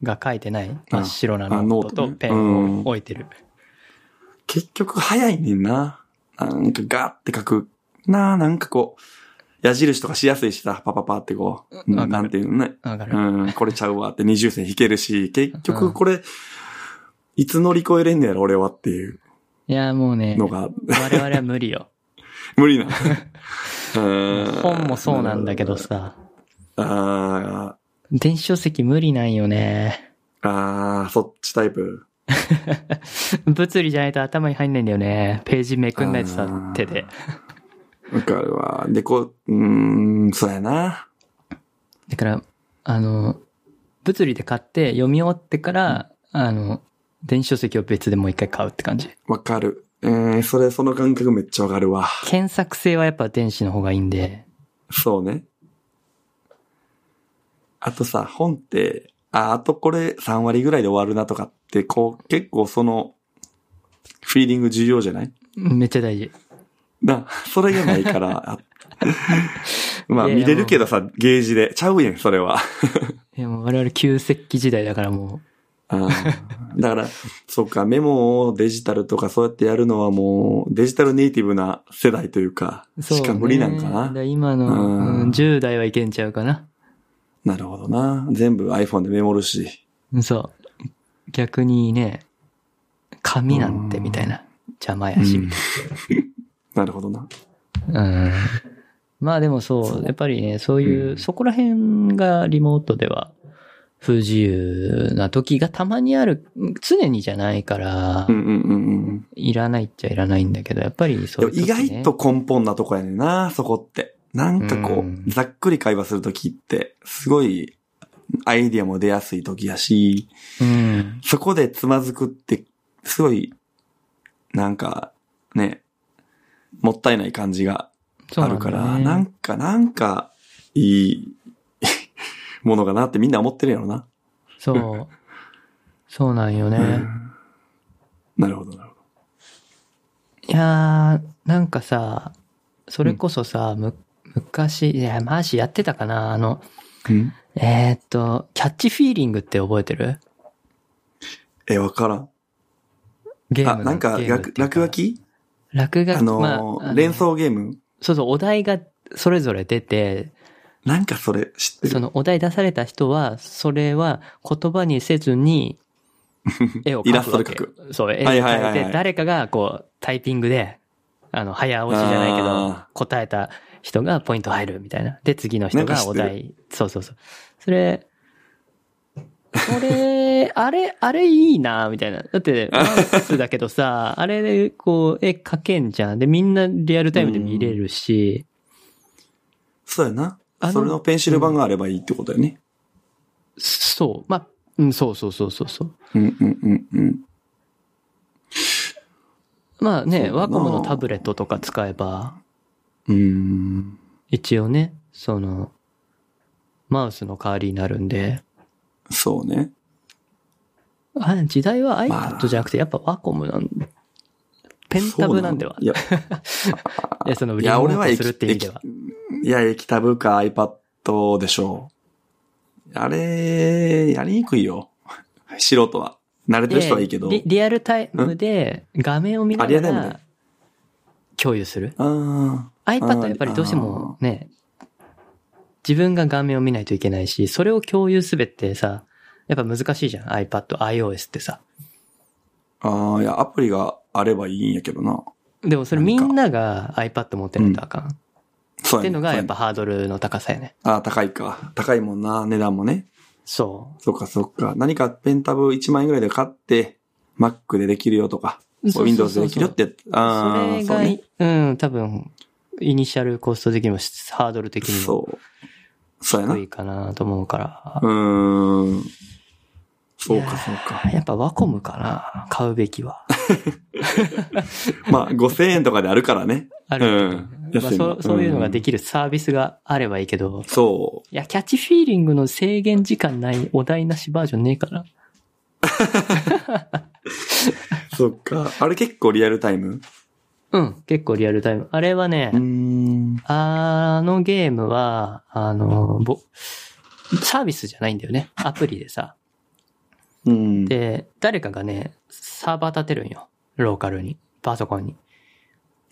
Speaker 1: が書いてない真っ白な
Speaker 2: あ
Speaker 1: ノート
Speaker 2: ノート
Speaker 1: と
Speaker 2: ね
Speaker 1: ペンを置いてる。
Speaker 2: 結局早いねんな。なんかガーって書く。なあ、なんかこう、矢印とかしやすいしさ、パパパってこう、
Speaker 1: うんわかる
Speaker 2: なんていうのね。
Speaker 1: わかる、
Speaker 2: うん、これちゃうわって二重線引けるし、結局これ、いつ乗り越えれんねやろ、俺はっていう
Speaker 1: いや、もうね、
Speaker 2: のが、
Speaker 1: 我々は無理よ。
Speaker 2: 無
Speaker 1: [LAUGHS]
Speaker 2: 理な。
Speaker 1: 本
Speaker 2: 本
Speaker 1: もそうなんだけど。さ、
Speaker 2: あ
Speaker 1: 電子書籍無理なんよね。 [LAUGHS]
Speaker 2: ーあー、そっちタイプ。
Speaker 1: 物理じゃないと頭に入んないんだよね。ページめくんないと
Speaker 2: あ
Speaker 1: さ
Speaker 2: ー、
Speaker 1: 手で。
Speaker 2: わかるわ。で、こう、うーん、そうやな。
Speaker 1: だから、あの、物理で買って読み終わってから、あの、電子書籍を別でもう一回買うって感じ。
Speaker 2: わかる。えー、それ、その感覚めっちゃわかるわ。
Speaker 1: 検索性はやっぱ電子の方がいいんで、
Speaker 2: そうね。あとさ、本って、あ、あとこれ3割ぐらいで終わるなとかって、こう、結構その、フィーリング重要じゃない
Speaker 1: めっちゃ大事。
Speaker 2: な、それがないから。
Speaker 1: [LAUGHS]
Speaker 2: あまあ
Speaker 1: いやい
Speaker 2: 見
Speaker 1: や
Speaker 2: れるけどさ、ゲージで。ちゃうやん、それは。
Speaker 1: いや、もう我々旧石器時代だからも
Speaker 2: あー [LAUGHS] だから、そっか、メモをデジタルとかそうやってやるのはもう、デジタルネイティブな世代というか、
Speaker 1: う。
Speaker 2: しか無理なんか
Speaker 1: だら
Speaker 2: な。
Speaker 1: 今の、
Speaker 2: うん
Speaker 1: うん10代はいけんちゃうかな。
Speaker 2: なるほどな。全部 iPhone でメモるし。
Speaker 1: そう。逆にね、紙なんてみたいな。邪魔やし、みたいな。
Speaker 2: [LAUGHS] なるほどな。
Speaker 1: うんまあでもそう、やっぱりね、そういう、そこら辺がリモートでは不自由な時がたまにある、常にじゃないから、
Speaker 2: うんうんうんうん。
Speaker 1: いらないっちゃいらないんだけど、やっぱりそ
Speaker 2: で
Speaker 1: う
Speaker 2: も
Speaker 1: いう時
Speaker 2: 意
Speaker 1: ね、
Speaker 2: 外と根本なとこやねんな、そこって。なんかこ
Speaker 1: うん
Speaker 2: う、ざっくり会話するときって、すごい、アイディアも出やすいときやし、
Speaker 1: うん。
Speaker 2: そこでつまずくって、すごい、なんか、ね、もったいない感じが
Speaker 1: そう
Speaker 2: あ
Speaker 1: な
Speaker 2: る
Speaker 1: んだ
Speaker 2: か
Speaker 1: よね
Speaker 2: ら、なんか、なんか、いい [LAUGHS] ものかなってみんな思ってるやろな。
Speaker 1: そう。そうなんよね。
Speaker 2: うんなるほど、なるほ
Speaker 1: いやー、なんかさ、それこそさ、む、昔、いや、マーシーやってたかなあの、
Speaker 2: ど。うん、
Speaker 1: えーっと、キャッチフィーリングって覚えてる
Speaker 2: え、わからん。
Speaker 1: ゲー
Speaker 2: あ、
Speaker 1: ムの
Speaker 2: なんか、
Speaker 1: ゲームって
Speaker 2: 落
Speaker 1: いう
Speaker 2: 落書き
Speaker 1: 落書き、
Speaker 2: あのー
Speaker 1: まあ、あの
Speaker 2: 連想ゲーム
Speaker 1: そうそう、お題がそれぞれ出て、
Speaker 2: なんかそれ知って
Speaker 1: そ
Speaker 2: る。
Speaker 1: のお題出された人は、それは言葉にせず
Speaker 2: [LAUGHS]
Speaker 1: に、絵を描くわけ。
Speaker 2: イラストで描く。
Speaker 1: そう、絵を
Speaker 2: はいはい
Speaker 1: 描い
Speaker 2: はいは
Speaker 1: て、
Speaker 2: い
Speaker 1: 誰かがこう、タイピングで、あの、早押しじゃないけど
Speaker 2: あ、
Speaker 1: 答えた人がポイント入るみたいな。で、次の人
Speaker 2: なんか
Speaker 1: が
Speaker 2: 知
Speaker 1: お
Speaker 2: ってる
Speaker 1: 題。そうそうそう。それ、これ、 [LAUGHS] あれ、あれいいなみたいな。だって、マウスだけど
Speaker 2: [LAUGHS]
Speaker 1: さ、あれでこう、絵描けんじゃん。で、みんなリアルタイムで見れるし、
Speaker 2: そうやな
Speaker 1: あ。の
Speaker 2: それのペンシル版があればいいってことやね。
Speaker 1: そう。まあ、うん、そうそうそうそうそう。
Speaker 2: うんうんうんうん。
Speaker 1: まあね、
Speaker 2: そう
Speaker 1: ワコムの
Speaker 2: まあ
Speaker 1: タブレットとか使えば、
Speaker 2: うーん。
Speaker 1: 一応ね、その、マウスの代わりになるんで、
Speaker 2: そうね。
Speaker 1: あ時代は
Speaker 2: ま
Speaker 1: iPad
Speaker 2: あ
Speaker 1: じゃなくて、やっぱワコムなんペンタブなんでは。
Speaker 2: いや、
Speaker 1: いや、その、
Speaker 2: い
Speaker 1: リモ
Speaker 2: や俺は
Speaker 1: ート
Speaker 2: 液
Speaker 1: するって意味では。
Speaker 2: いや、液タブか iPad でしょう。あれ、やりにくいよ。 [LAUGHS] 素人は。慣れてる人はいいけど。
Speaker 1: リリアルタイムで画面を見な
Speaker 2: あ
Speaker 1: が
Speaker 2: リアルタイム
Speaker 1: ら共有する。
Speaker 2: あ
Speaker 1: iPad はやっぱりどうしてもね、自分が画面を見ないといけないし、それを共有すべってさ、やっぱ難しいじゃん。iPad、iOS ってさ。
Speaker 2: あ。ああ、いや、アプリがあればいいんやけどな。
Speaker 1: でもそれみんなが iPad 持ってないとあかん。っ
Speaker 2: そうや
Speaker 1: て
Speaker 2: ね。
Speaker 1: いうのがやっぱ
Speaker 2: そ
Speaker 1: ハードルの高さやね。
Speaker 2: うやね。ああ、高いか。高いもんな、値段もね。
Speaker 1: そ
Speaker 2: そっかそっか。何かペンタブ1万円ぐらいで買って、Mac でできるよとか、
Speaker 1: う。そうそう
Speaker 2: Windows
Speaker 1: そ
Speaker 2: で
Speaker 1: う
Speaker 2: できるよってやつ。あ
Speaker 1: そ
Speaker 2: あ、
Speaker 1: れ
Speaker 2: そう
Speaker 1: が
Speaker 2: ね。
Speaker 1: い、うん、多分、イニシャルコスト的にも、ハードル的にも
Speaker 2: そう。そうやな。
Speaker 1: 低
Speaker 2: う
Speaker 1: いかなと思うから。
Speaker 2: ーん。そうかそうか。
Speaker 1: やっぱワコムかな買うべきは。
Speaker 2: まあ、5000円とかであるからね。
Speaker 1: あるよね
Speaker 2: うん
Speaker 1: まあ
Speaker 2: 安いの
Speaker 1: そうそういうのがで
Speaker 2: き
Speaker 1: きるサービスがあればいいけど、
Speaker 2: そ
Speaker 1: いや、キャッチフィーリングの制限時間ないお題なしバージョンねえから。
Speaker 2: う。そっか。あれ結構リアルタイム
Speaker 1: うん、結構リアルタイム。あれはね
Speaker 2: うー、ん。
Speaker 1: あのゲームは、あの、ぼ、サービスじゃないんだよね。アプリでさ。
Speaker 2: うん。
Speaker 1: で、誰かがね、サーバー立てるんよ。ローカルに。パソコンに。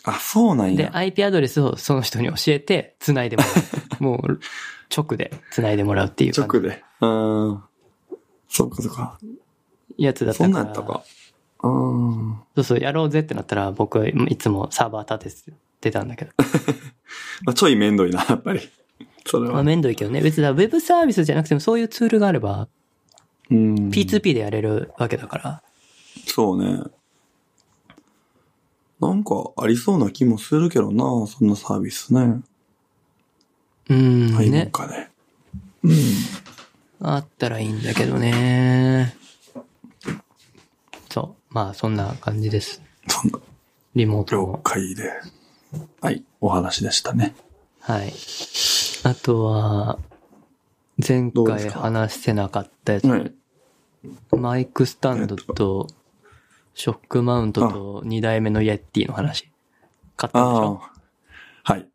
Speaker 2: あ、そうなん
Speaker 1: で、
Speaker 2: や。
Speaker 1: IP アドレスをその人に教えて、繋いでもら
Speaker 2: [LAUGHS]
Speaker 1: う。もう、直で繋いでもらうっていう感
Speaker 2: 直
Speaker 1: じ
Speaker 2: で。うん。そっかそっか。
Speaker 1: やつだったか
Speaker 2: そ
Speaker 1: ら。
Speaker 2: んなんやったか。うん。
Speaker 1: そうそう、やろうぜってなったら、僕はいつもサーバー立ててたんだけど。
Speaker 2: まあ、ちょい面倒いな、やっぱり。それ
Speaker 1: まあ、
Speaker 2: は。
Speaker 1: 面倒いけどね。別にだからウェブサービスじゃなくてもそういうツールがあれば、
Speaker 2: うん。
Speaker 1: P2P でやれるわけだから。
Speaker 2: そうね。なんかありそうな気もするけどな、そんなサービスね。
Speaker 1: うーん、
Speaker 2: ないもん
Speaker 1: ね。
Speaker 2: かね。
Speaker 1: あったらいいんだけどね。そう。まあ、そんな感じです。
Speaker 2: そんな、
Speaker 1: リモート
Speaker 2: 了
Speaker 1: も。
Speaker 2: 解で。はい、お話でしたね。
Speaker 1: はい。あとは、前
Speaker 2: どうです
Speaker 1: 回
Speaker 2: か
Speaker 1: 話せなかったやつ。
Speaker 2: はい。
Speaker 1: マイクスタンドと、ショックマウントと2代目のイエッティの話。買ったんでしょ
Speaker 2: ああ。はい。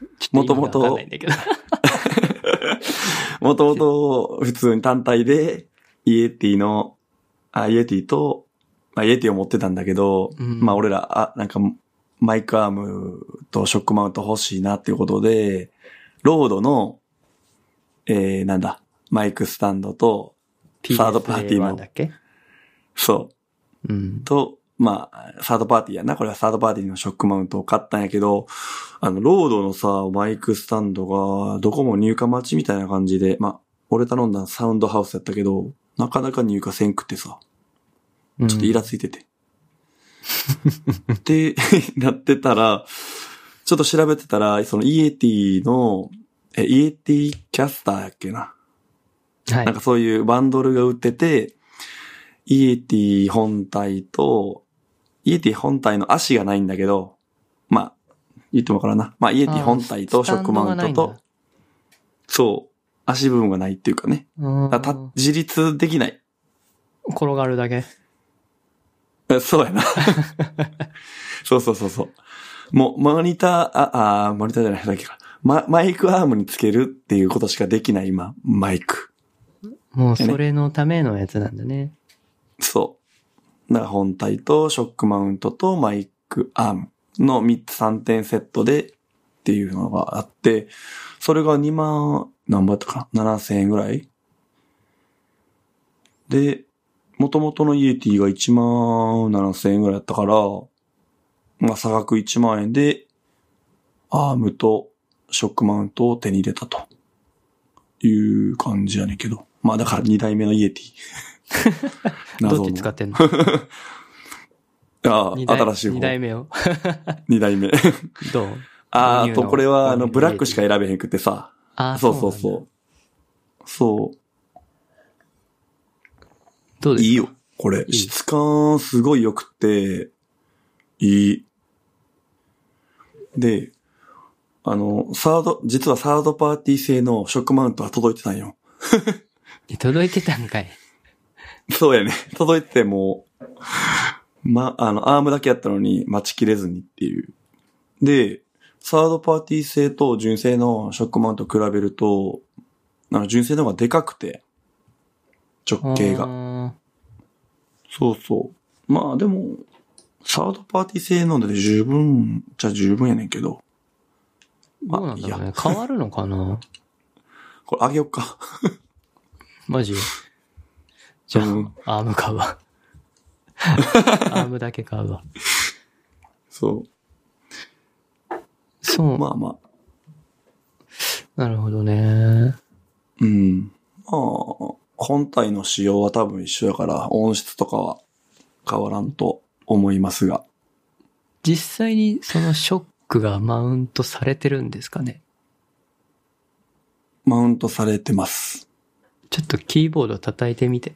Speaker 1: ちょっと今
Speaker 2: もともと
Speaker 1: わかんないんだけど。 [LAUGHS]
Speaker 2: もともと、普通に単体で、イエティの、あ、イエティと、まあ、イエティを持ってたんだけど、
Speaker 1: うん
Speaker 2: まあ、俺ら、あ、なんか、マイクアームとショックマウント欲しいなっていうことで、ロードの、えー、なんだ、マイクスタンドと、サードパーティーの
Speaker 1: PSA1 だっけ
Speaker 2: そう、
Speaker 1: うん。
Speaker 2: と、まあ、サードパーティーやな。これはサードパーティーのショックマウントを買ったんやけど、あの、ロードのさ、マイクスタンドが、どこも入荷待ちみたいな感じで、まあ、俺頼んだのサウンドハウスやったけど、なかなか入荷せんくってさ、
Speaker 1: うん
Speaker 2: ちょっとイラついてて。で、 [LAUGHS] なってたら、ちょっと調べてたら、そのイエティの、え、イエティキャスターやっけな。
Speaker 1: はい
Speaker 2: なんかそういうバンドルが売ってて、イエティ本体と、イエティ本体の足がないんだけど、まあ、言ってもわからんな。まあ、イエティ本体とショックマウントと、。そう、足部分がないっていうかね。
Speaker 1: あースタンドがないんだ
Speaker 2: だからた自立できない。
Speaker 1: うん転がるだけ。
Speaker 2: えそ
Speaker 1: [LAUGHS]
Speaker 2: うやな。そうそうそうそう。もう、マニター、あ、あー、マニターじゃないだっけか。ママイクアームにつけるっていうことしかできない、今、マイク。
Speaker 1: もうそれのためのやつなんだね。
Speaker 2: そう。だから本体とショックマウントとマイクアームの3つ3点セットでっていうのがあって、それが2万、何倍だったかな ?7000 円ぐらいで、元々のイエティが1万7000円ぐらいだったから、まあ差額1万円で、アームとショックマウントを手に入れたと。いう感じやねんけど。まあだから2代目のイエティ。
Speaker 1: どっち使って
Speaker 2: [LAUGHS]
Speaker 1: んの
Speaker 2: ああ、
Speaker 1: 二代
Speaker 2: 新しい方。
Speaker 1: 二
Speaker 2: 二
Speaker 1: 代
Speaker 2: 代
Speaker 1: 目を。 [LAUGHS]
Speaker 2: 目。
Speaker 1: どう
Speaker 2: [LAUGHS] あ
Speaker 1: ニュ
Speaker 2: あ
Speaker 1: ー
Speaker 2: と、
Speaker 1: の
Speaker 2: これは、あの、
Speaker 1: ニュー
Speaker 2: ブラックしか選べへんくてさ。
Speaker 1: あー
Speaker 2: そうそう
Speaker 1: なんだ
Speaker 2: そう。そ
Speaker 1: どう
Speaker 2: う。
Speaker 1: です
Speaker 2: い
Speaker 1: か
Speaker 2: いよ。これ、
Speaker 1: い
Speaker 2: 質感すごい良くて、いい。で、あの、サード、実はサードパーティー製のショックマウントは届いてたんよ。
Speaker 1: 届いてたんかい。
Speaker 2: そうやね。 [LAUGHS] 届いても、ま、あの、アームだけやったのに待ちきれずにっていう。で、サードパーティー製と純正のショックマウント比べると、あの、純正の方がでかくて、直径が。
Speaker 1: が。
Speaker 2: そうそう。まあでも、サードパーティー製なので十分じゃ十分やねんけど、
Speaker 1: どうなんだろう
Speaker 2: い
Speaker 1: ね。変わるのかな
Speaker 2: [LAUGHS] これあげよっか。
Speaker 1: マジじゃ
Speaker 2: うん
Speaker 1: あ、アーム買うわ。アームだけ買うわ。
Speaker 2: [LAUGHS] そ。
Speaker 1: そうう。
Speaker 2: まあまあ。
Speaker 1: なるほどね。
Speaker 2: うん。まあ、本体の仕様は多分一緒やから、音質とかは変わらんと思いますが。
Speaker 1: 実際にそのショックがマウントされてるんですかね
Speaker 2: マウントされてます。
Speaker 1: ちょっとキーボード叩いてみて。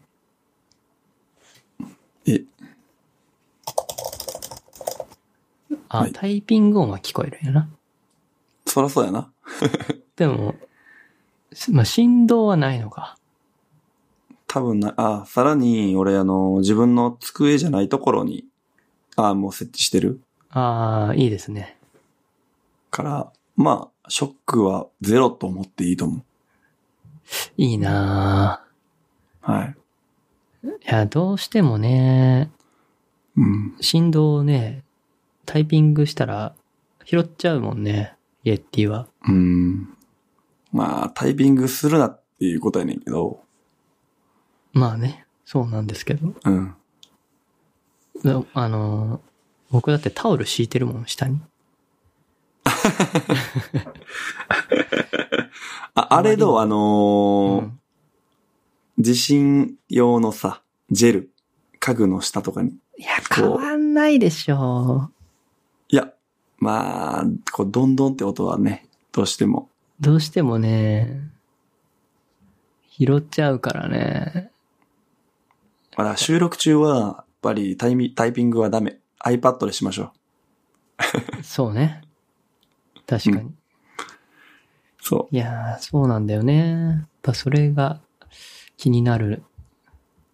Speaker 2: え、
Speaker 1: あ、
Speaker 2: はい
Speaker 1: タイピング音は聞こえるんやな。
Speaker 2: そらそうやな。
Speaker 1: でも、まあ、振動はないのか。
Speaker 2: 多分な、あ、さらに、俺、あの、自分の机じゃないところに、あ、もう設置してる
Speaker 1: ああ、いいですね。
Speaker 2: から、まあ、ショックはゼロと思っていいと思
Speaker 1: いいな
Speaker 2: う。はい。
Speaker 1: ぁ。いや、どうしてもね、
Speaker 2: うん。
Speaker 1: 振動をね、タイピングしたら拾っちゃうもんね。イエッティは。
Speaker 2: うん。まあ、タイピングするなっていうことやねんけど、
Speaker 1: まあね、そうなんですけど。
Speaker 2: うん。
Speaker 1: なあのー、僕だってタオル敷いてるもん、下に。
Speaker 2: あ、あれどう、あのー
Speaker 1: うん
Speaker 2: 地震用のさ、ジェル、家具の下とかに。
Speaker 1: いや、変
Speaker 2: こう
Speaker 1: わんないでしょう。
Speaker 2: いや、まあ、こう、どんどんって音はね、どうしても。
Speaker 1: どうしてもね、拾っちゃうからね。
Speaker 2: まあだから収録中は、やっぱりタイミタイピングはダメ。iPad でしましょう。
Speaker 1: そうね。確かに。
Speaker 2: そ
Speaker 1: いやー、そうなんだよね。ぱそれが気になる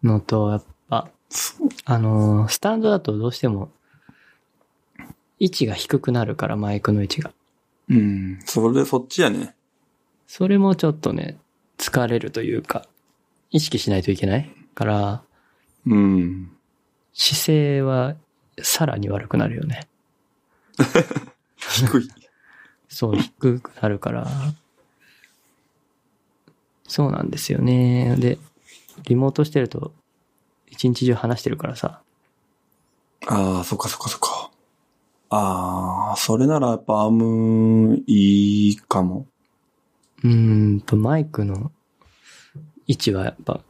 Speaker 1: のと、やっぱ、あのー、スタンドだとどうしても、位置が低くなるから、マイクの位置が。
Speaker 2: うん。それ、そっちやね。
Speaker 1: それもちょっとね、疲れるというか、意識しないといけないから、
Speaker 2: うん。
Speaker 1: 姿勢はさらに悪くなるよね。
Speaker 2: 低い。 [LAUGHS]
Speaker 1: そう、低くなるから。そうなんですよね。で、リモートしてると、一日中話してるからさ。
Speaker 2: ああ、そっかそっかそっか。ああ、それならやっぱアームいいかも。
Speaker 1: うーん、やっぱマイクの位置はやっぱ、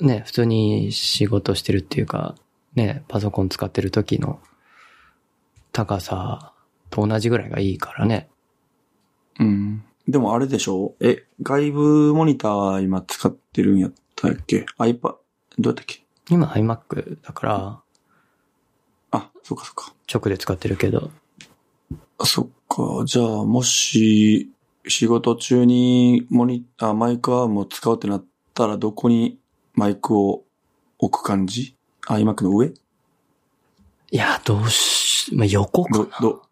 Speaker 1: ね、普通に仕事してるっていうか、ね、パソコン使ってる時の高さと同じぐらいがいいからね。
Speaker 2: うん。でもあれでしょえ、外部モニター今使ってるんやったっけ ?iPad、どうやったっけ
Speaker 1: 今 iMac だから、
Speaker 2: あ、そっかそっか。
Speaker 1: 直で使ってるけど、
Speaker 2: あそっか。じゃあ、もし、仕事中にモニあ、マイクアームを使うってなったら、どこにマイクを置く感じ ?iMac の上
Speaker 1: いや、どうし、まあ、横か
Speaker 2: ど
Speaker 1: な。、
Speaker 2: ど、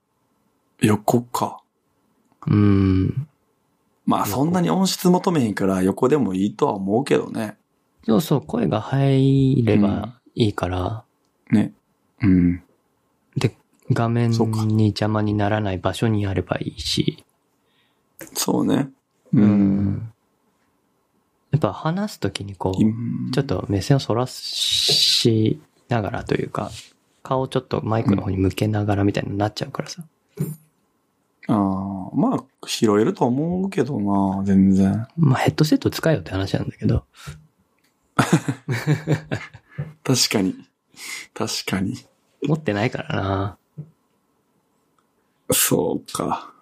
Speaker 2: 横か。
Speaker 1: うーん。
Speaker 2: まあ、
Speaker 1: 横
Speaker 2: そんなに音質求めへんから、横でもいいとは思うけどね。
Speaker 1: そうそう、声が入ればいいから、
Speaker 2: ね。うん。
Speaker 1: で、画面
Speaker 2: そうか
Speaker 1: に邪魔にならない場所にあればいいし、
Speaker 2: そうね。
Speaker 1: う
Speaker 2: うん。。
Speaker 1: やっぱ話すときにこう、
Speaker 2: うん
Speaker 1: ちょっと目線をそらしながらというか、顔をちょっとマイクの方に向けながらみたいになっちゃうからさ。
Speaker 2: ああ、まあ、拾えると思うけどな、全然。
Speaker 1: まあヘッドセット使えよって話なんだけど。
Speaker 2: 確かに。確かに。
Speaker 1: 持ってないからな。
Speaker 2: そうか。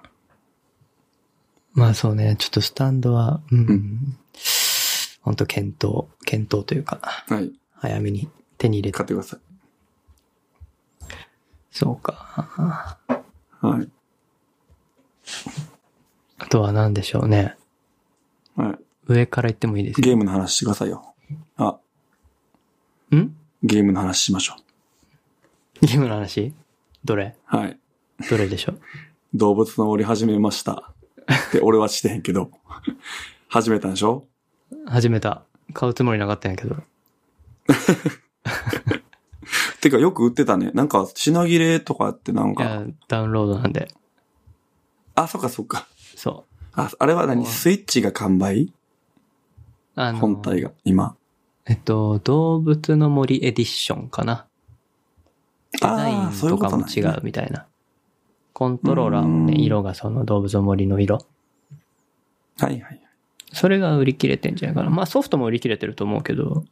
Speaker 1: まあそうね、ちょっとスタンドは、うん。
Speaker 2: うん
Speaker 1: ほんと検討、検討というか、
Speaker 2: はい。
Speaker 1: 早めに手に入れ
Speaker 2: 買
Speaker 1: た。
Speaker 2: ってくださ
Speaker 1: そうか。
Speaker 2: い。はい。
Speaker 1: あとは何でしょうね。
Speaker 2: は
Speaker 1: 上から言ってもいいです
Speaker 2: い。ゲームの話してくださいよ。あ、
Speaker 1: よ。ん
Speaker 2: ゲームの話しましょ
Speaker 1: ゲームの話どれ
Speaker 2: う。はい。
Speaker 1: どれでしょう
Speaker 2: 動物の森始めました。って、俺はしてへんけど。 [LAUGHS] 始めたんでしょ
Speaker 1: 始めた。買うつもりなかったんやけど。
Speaker 2: てか、よく売ってたね。なんか、品切れとかってな
Speaker 1: い
Speaker 2: ん
Speaker 1: や
Speaker 2: か。、
Speaker 1: ダウンロードなんで。
Speaker 2: あ、そっかそっか。
Speaker 1: そう。
Speaker 2: あ、あれは何
Speaker 1: そう
Speaker 2: スイッチが完売
Speaker 1: あの、
Speaker 2: 本体が、今。
Speaker 1: えっと、動物の森エディションかな。デザイ
Speaker 2: ああ、
Speaker 1: ン
Speaker 2: そういう
Speaker 1: と
Speaker 2: こ
Speaker 1: か
Speaker 2: と
Speaker 1: も
Speaker 2: なん
Speaker 1: 違
Speaker 2: や
Speaker 1: うみたいな。コントローラーもね、
Speaker 2: うん
Speaker 1: 色がその動物の森の色。
Speaker 2: はいはい。
Speaker 1: それが売り切れてんじゃないかな。まあソフトも売り切れてると思うけど、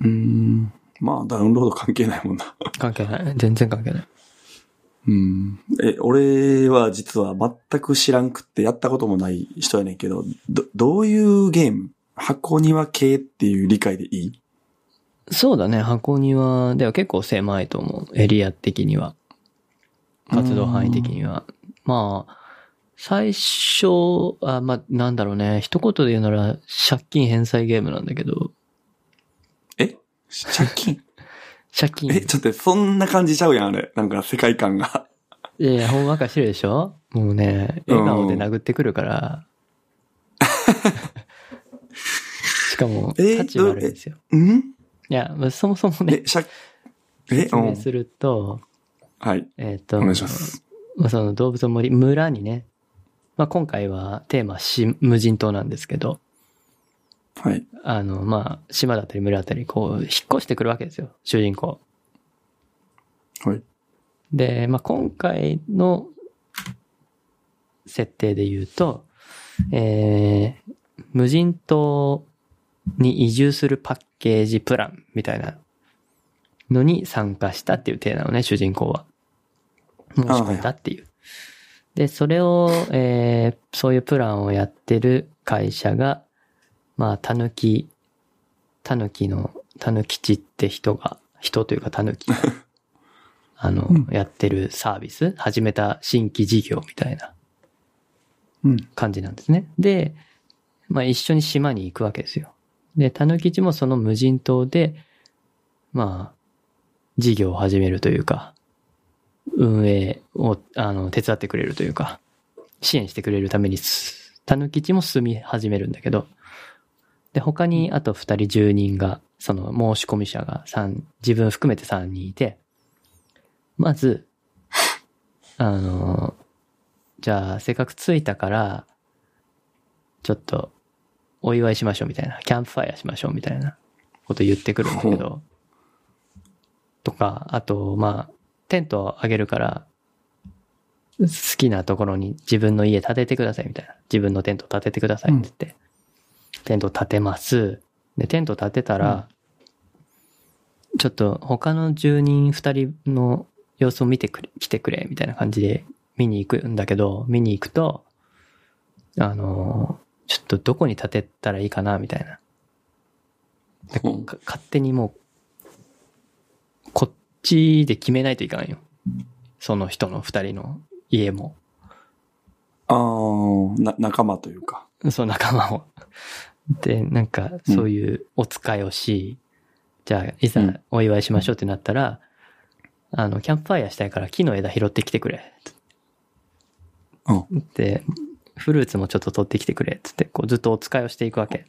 Speaker 2: うーん。まあ、ダウンロード関係ないもんな。
Speaker 1: 関係ない。全然関係ない。
Speaker 2: うん。え、俺は実は全く知らんくってやったこともない人やねんけど、ど、どういうゲーム箱庭系っていう理解でいい
Speaker 1: そうだね、箱庭では結構狭いと思う。エリア的には。活動範囲的には。まあ、最初、あ、まあ、なんだろうね。一言で言うなら、借金返済ゲームなんだけど、
Speaker 2: え借金
Speaker 1: 借金。
Speaker 2: え、ちょっと待ってそんな感じちゃうやん、あれ。なんか世界観が。
Speaker 1: いやいや、ほんわかしてるでしょもうね、笑顔で殴ってくるから。しかも、
Speaker 2: え
Speaker 1: 立ち悪いんですよ。
Speaker 2: うん
Speaker 1: いや、まあそもそもね
Speaker 2: え、、借、え、
Speaker 1: 説
Speaker 2: う
Speaker 1: 明
Speaker 2: ん。
Speaker 1: すると、
Speaker 2: はい。
Speaker 1: えっ、
Speaker 2: お
Speaker 1: と、
Speaker 2: 願いします。
Speaker 1: まあその動物の森、村にね、まあ、今回はテーマし、無人島なんですけど、
Speaker 2: はい。
Speaker 1: あの、まあ、島だったり村だったり、こう、引っ越してくるわけですよ、主人公。
Speaker 2: はい。
Speaker 1: で、まあ、今回の設定で言うと、えー、無人島に移住するパッケージプランみたいなのに参加したっていう体なのね、主人公は。申し込んだっていう。で、それを、えー、そういうプランをやってる会社が、まあ、たぬき、たぬきの、たぬきちって人が、人というかたぬき
Speaker 2: [LAUGHS]
Speaker 1: が、あの、
Speaker 2: うん
Speaker 1: やってるサービス、始めた新規事業みたいな
Speaker 2: うん。
Speaker 1: 感じなんですね。で、まあ一緒に島に行くわけですよ。で、たぬきちもその無人島で、まあ、事業を始めるというか、運営を、あの、手伝ってくれるというか、支援してくれるためにす、たぬきちも住み始めるんだけど、で、他にあと二人住人が、その申し込み者が三、自分含めて三人いて、まず、あの、じゃあ、せっかく着いたから、ちょっと、お祝いしましょうみたいな、キャンプファイヤーしましょうみたいなこと言ってくるんだけど、とか、あと、まあ、テントあげるから、好きなところに自分の家建ててくださいみたいな。自分のテント建ててくださいって言って、テント建てます。で、テント建てたら、ちょっと他の住人二人の様子を見てくれ、来てくれ、みたいな感じで見に行くんだけど、見に行くと、あのー、ちょっとどこに建てたらいいかな、みたいな。で
Speaker 2: うん
Speaker 1: か勝手にもう、こっちで決めないといかんよ。その人の二人の家も、
Speaker 2: ああ、な、仲間というか。
Speaker 1: その仲間を。で、なんか、そういうお使いをし、じゃあ、いざ
Speaker 2: うん
Speaker 1: お祝いしましょうってなったら、あの、キャンプファイヤーしたいから木の枝拾ってきてくれ。
Speaker 2: うん。
Speaker 1: で、フルーツもちょっと取ってきてくれ。つって、こう、ずっとお使いをしていくわけ。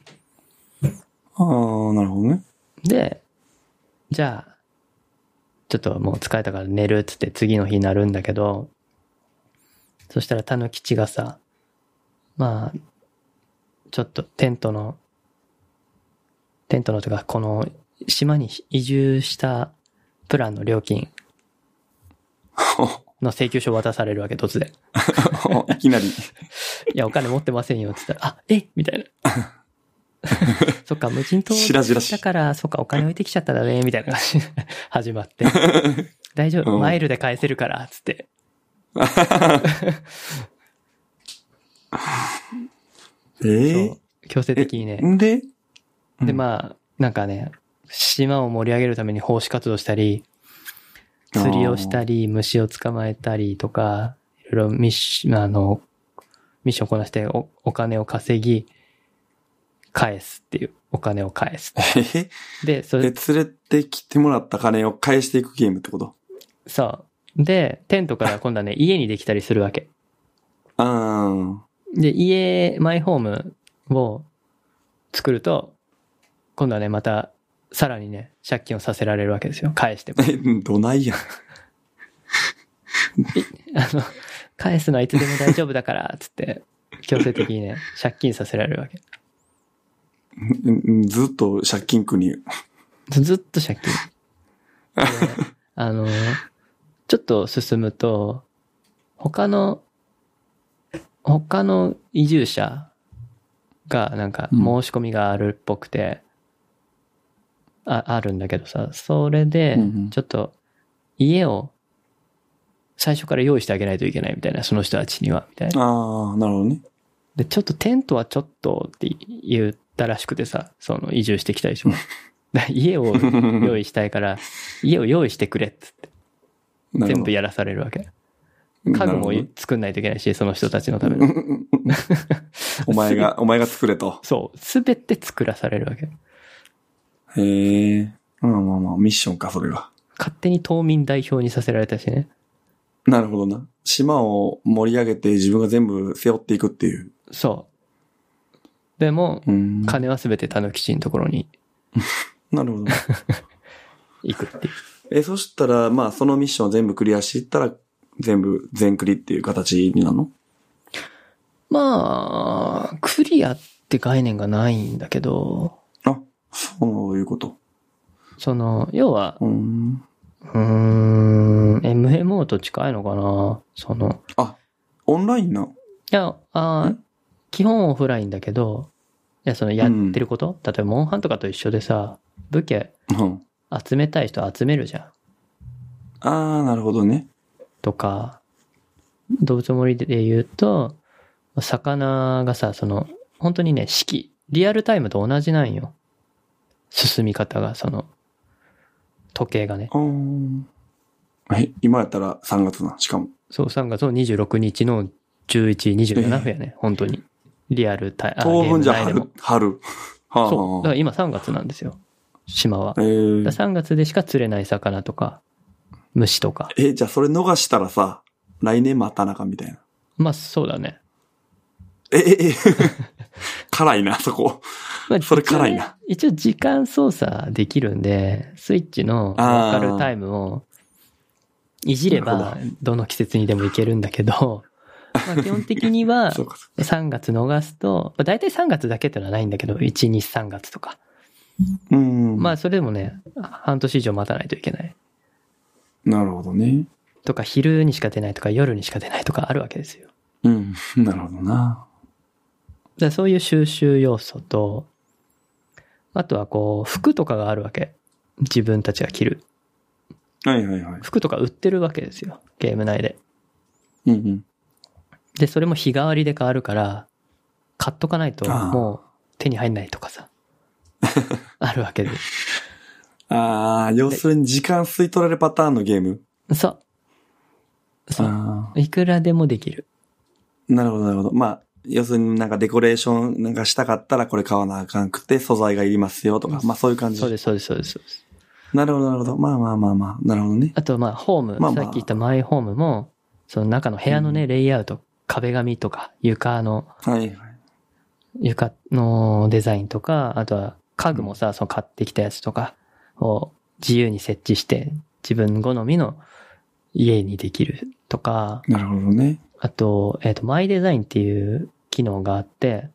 Speaker 2: ああ、なるほどね。 [LAUGHS]
Speaker 1: で、じゃあ、ちょっともう疲れたから寝るっつって次の日になるんだけど、そしたらたぬきちがさ、まあ、ちょっとテントの、テントのとか、この島に移住したプランの料金の請求書を渡されるわけ、突然。
Speaker 2: いきなり。
Speaker 1: いや、お金持ってませんよ、っつったら、あ、えみたいな。そっか、無人島
Speaker 2: 白々しい
Speaker 1: だから、そっか、お金置いてきちゃったんだね、みたいな感
Speaker 2: [LAUGHS]
Speaker 1: じで始まって。大丈夫、
Speaker 2: うん
Speaker 1: マイルで返せるから、つって。
Speaker 2: え
Speaker 1: そう強制的に
Speaker 2: え
Speaker 1: ね。
Speaker 2: んでうん
Speaker 1: で、まあ、なんかね、島を盛り上げるために奉仕活動したり、釣りをしたり、虫を捕まえたりとか、いろいろミッション、あの、ミッションこなしておお金を稼ぎ、返すっていう、お金を返す。
Speaker 2: え
Speaker 1: で、それ
Speaker 2: で、連れてきてもらった金を返していくゲームってこと
Speaker 1: そう。で、テントから今度はね、家にできたりするわけ。
Speaker 2: ああ、
Speaker 1: で、家、マイホームを作ると、今度はね、また、さらにね、借金をさせられるわけですよ。返しても。
Speaker 2: [LAUGHS] え、どないやん。
Speaker 1: あの、返すのはいつでも大丈夫だから、つって、強制的にね、借金させられるわけ。
Speaker 2: うん [LAUGHS] うんずっと借金苦に。
Speaker 1: ずずっと借金。であの、ちょっと進むと、他の、他の移住者がなんか申
Speaker 2: うん
Speaker 1: し込みがあるっぽくて、あ、あるんだけどさ、それで
Speaker 2: うんうん、
Speaker 1: ちょっと家を最初から用意してあげないといけないみたいな、その人たちには、みたいな。
Speaker 2: ああ、なるほどね。
Speaker 1: で、ちょっとテントはちょっとって言ったらしくてさ、その移住してきた
Speaker 2: [LAUGHS]
Speaker 1: 人が。だ家を [LAUGHS] 用意したいから、家を用意してくれっつって
Speaker 2: なる
Speaker 1: 全
Speaker 2: ほ
Speaker 1: 部
Speaker 2: ど
Speaker 1: やらされるわけ。家
Speaker 2: なる
Speaker 1: 具
Speaker 2: ほ
Speaker 1: も
Speaker 2: どね
Speaker 1: 作んないといけないし、その人たちのため
Speaker 2: う
Speaker 1: の。
Speaker 2: んうんうんうん [LAUGHS] お前
Speaker 1: [LAUGHS]
Speaker 2: が、お前が作れと。
Speaker 1: そう、すべて作らされるわけ。
Speaker 2: へえ。まあまあまあ、ミッションか、それが。
Speaker 1: 勝手に島民代表にさせられたしね。
Speaker 2: なるほどな。島を盛り上げて自分が全部背負っていくっていう。
Speaker 1: そう。でも
Speaker 2: う、ん。
Speaker 1: 金はすべてたぬきちのところに
Speaker 2: なるほど。
Speaker 1: 行くっていう。
Speaker 2: え、そしたら、まあ、そのミッションを全部クリアしていったら、全部、全クリっていう形になるの
Speaker 1: まあ、クリアって概念がないんだけど、
Speaker 2: あ、そういうこと。
Speaker 1: その、要は、
Speaker 2: うん。
Speaker 1: うーん、MMO と近いのかなその、
Speaker 2: あ、オンラインない
Speaker 1: や、あー
Speaker 2: ん
Speaker 1: 基本オフラインだけど、いや、そのやってること、例えば、モンハンとかと一緒でさ、武器
Speaker 2: うん。
Speaker 1: 集めたい人集めるじゃん。
Speaker 2: ああ、なるほどね。
Speaker 1: とか、動物森で言うと、魚がさ、その、本当にね、式、リアルタイムと同じなんよ。進み方が、その、時計がね。
Speaker 2: うん。え、今やったら3月な、しかも。
Speaker 1: そう、3月の26日の11時27分やね、本当に。リアルタイ、あ
Speaker 2: 当分じゃ
Speaker 1: ゲーム内で
Speaker 2: 春
Speaker 1: も、
Speaker 2: 春。は
Speaker 1: そう。だか
Speaker 2: あは
Speaker 1: ら今3月なんですよ。島は
Speaker 2: あ。。
Speaker 1: だ
Speaker 2: えー
Speaker 1: から3月でしか釣れない魚とか、虫とか。
Speaker 2: え、じゃあそれ逃したらさ、来年またなかみたいな。
Speaker 1: まあそうだね。
Speaker 2: え、え、
Speaker 1: [LAUGHS]
Speaker 2: え、辛いな、そこ。
Speaker 1: まあ
Speaker 2: それ辛いな。
Speaker 1: 一応ね一応時間操作できるんで、スイッチのローカルタイムをいじれ
Speaker 2: な
Speaker 1: ば
Speaker 2: る、
Speaker 1: どの季節にでもいけるんだけ
Speaker 2: [LAUGHS]
Speaker 1: ど、まあ基本的には
Speaker 2: そうか、そうか。
Speaker 1: 3月逃すと、まあ、大体3月だけってのはないんだけど、1、2、3月とか。
Speaker 2: うん。
Speaker 1: まあそれでもね、半年以上待たないといけない。
Speaker 2: なるほどね。
Speaker 1: とか昼にしか出ないとか夜にしか出ないとかあるわけですよ。だか
Speaker 2: うん。なるほどな。
Speaker 1: らそういう収集要素と、あとはこう、服とかがあるわけ。自分たちが着る。
Speaker 2: はいはいはい。
Speaker 1: 服とか売ってるわけですよ。ゲーム内で。
Speaker 2: うんうん。
Speaker 1: で、それも日替わりで変わるから、買っとかないと
Speaker 2: ああ
Speaker 1: もう手に入んないとか
Speaker 2: [LAUGHS]
Speaker 1: さ。あるわけで。
Speaker 2: ああ、要するに時間吸い取られるパターンのゲーム。
Speaker 1: そう。そう。
Speaker 2: あ
Speaker 1: いくらでもできる。
Speaker 2: あ。なるほどなるほど。まあ、要するになんかデコレーションなんかしたかったらこれ買わなあかんくて素材がいりますよとか。まあそういう感じ。
Speaker 1: そうです、そうです、そうです。そうです
Speaker 2: なるほどなるほど。まあまあまあまあ。なるほどね。
Speaker 1: あと、まあ、ホーム、
Speaker 2: まあまあ
Speaker 1: さっき言ったマイホームも、その中の部屋のね、レイアウト、壁紙とか、床の、
Speaker 2: はいはい。
Speaker 1: 床のデザインとか、あとは家具もさ、その買ってきたやつとかを自由に設置して、自分好みの家にできるとか、
Speaker 2: なるほどね。
Speaker 1: あと、えっ、と、マイデザインっていう機能があって、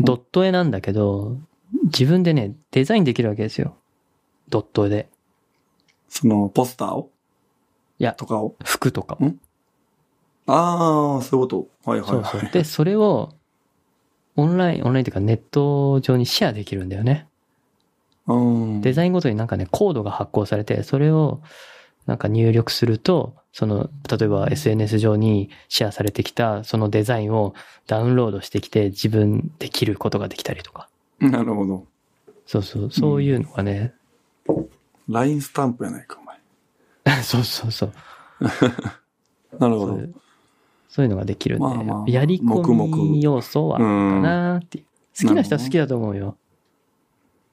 Speaker 2: うん
Speaker 1: ドット絵なんだけど、自分でね、デザインできるわけですよ。ドット絵で。
Speaker 2: そのポスターを
Speaker 1: いや
Speaker 2: とかを。
Speaker 1: 服とかを。
Speaker 2: んああ、そういうこと。はいはい
Speaker 1: そう
Speaker 2: はい。
Speaker 1: そう。で、それを、オンライン、オンラインっていうかネット上にシェアできるんだよね。
Speaker 2: うん。
Speaker 1: デザインごとになんかね、コードが発行されて、それをなんか入力すると、その、例えば SNS 上にシェアされてきた、そのデザインをダウンロードしてきて、自分で切ることができたりとか。
Speaker 2: なるほど。
Speaker 1: そうそう、そういうのがね、 [LAUGHS]
Speaker 2: ラインスタンプやないか、お前。
Speaker 1: そうそうそう。
Speaker 2: なるほ
Speaker 1: そ
Speaker 2: ど。
Speaker 1: ういうそういうのができるんで、
Speaker 2: まあまあ
Speaker 1: やり
Speaker 2: 黙
Speaker 1: 込
Speaker 2: 々
Speaker 1: み要素はあるかなっていう。好きな人は好きだと思うよ。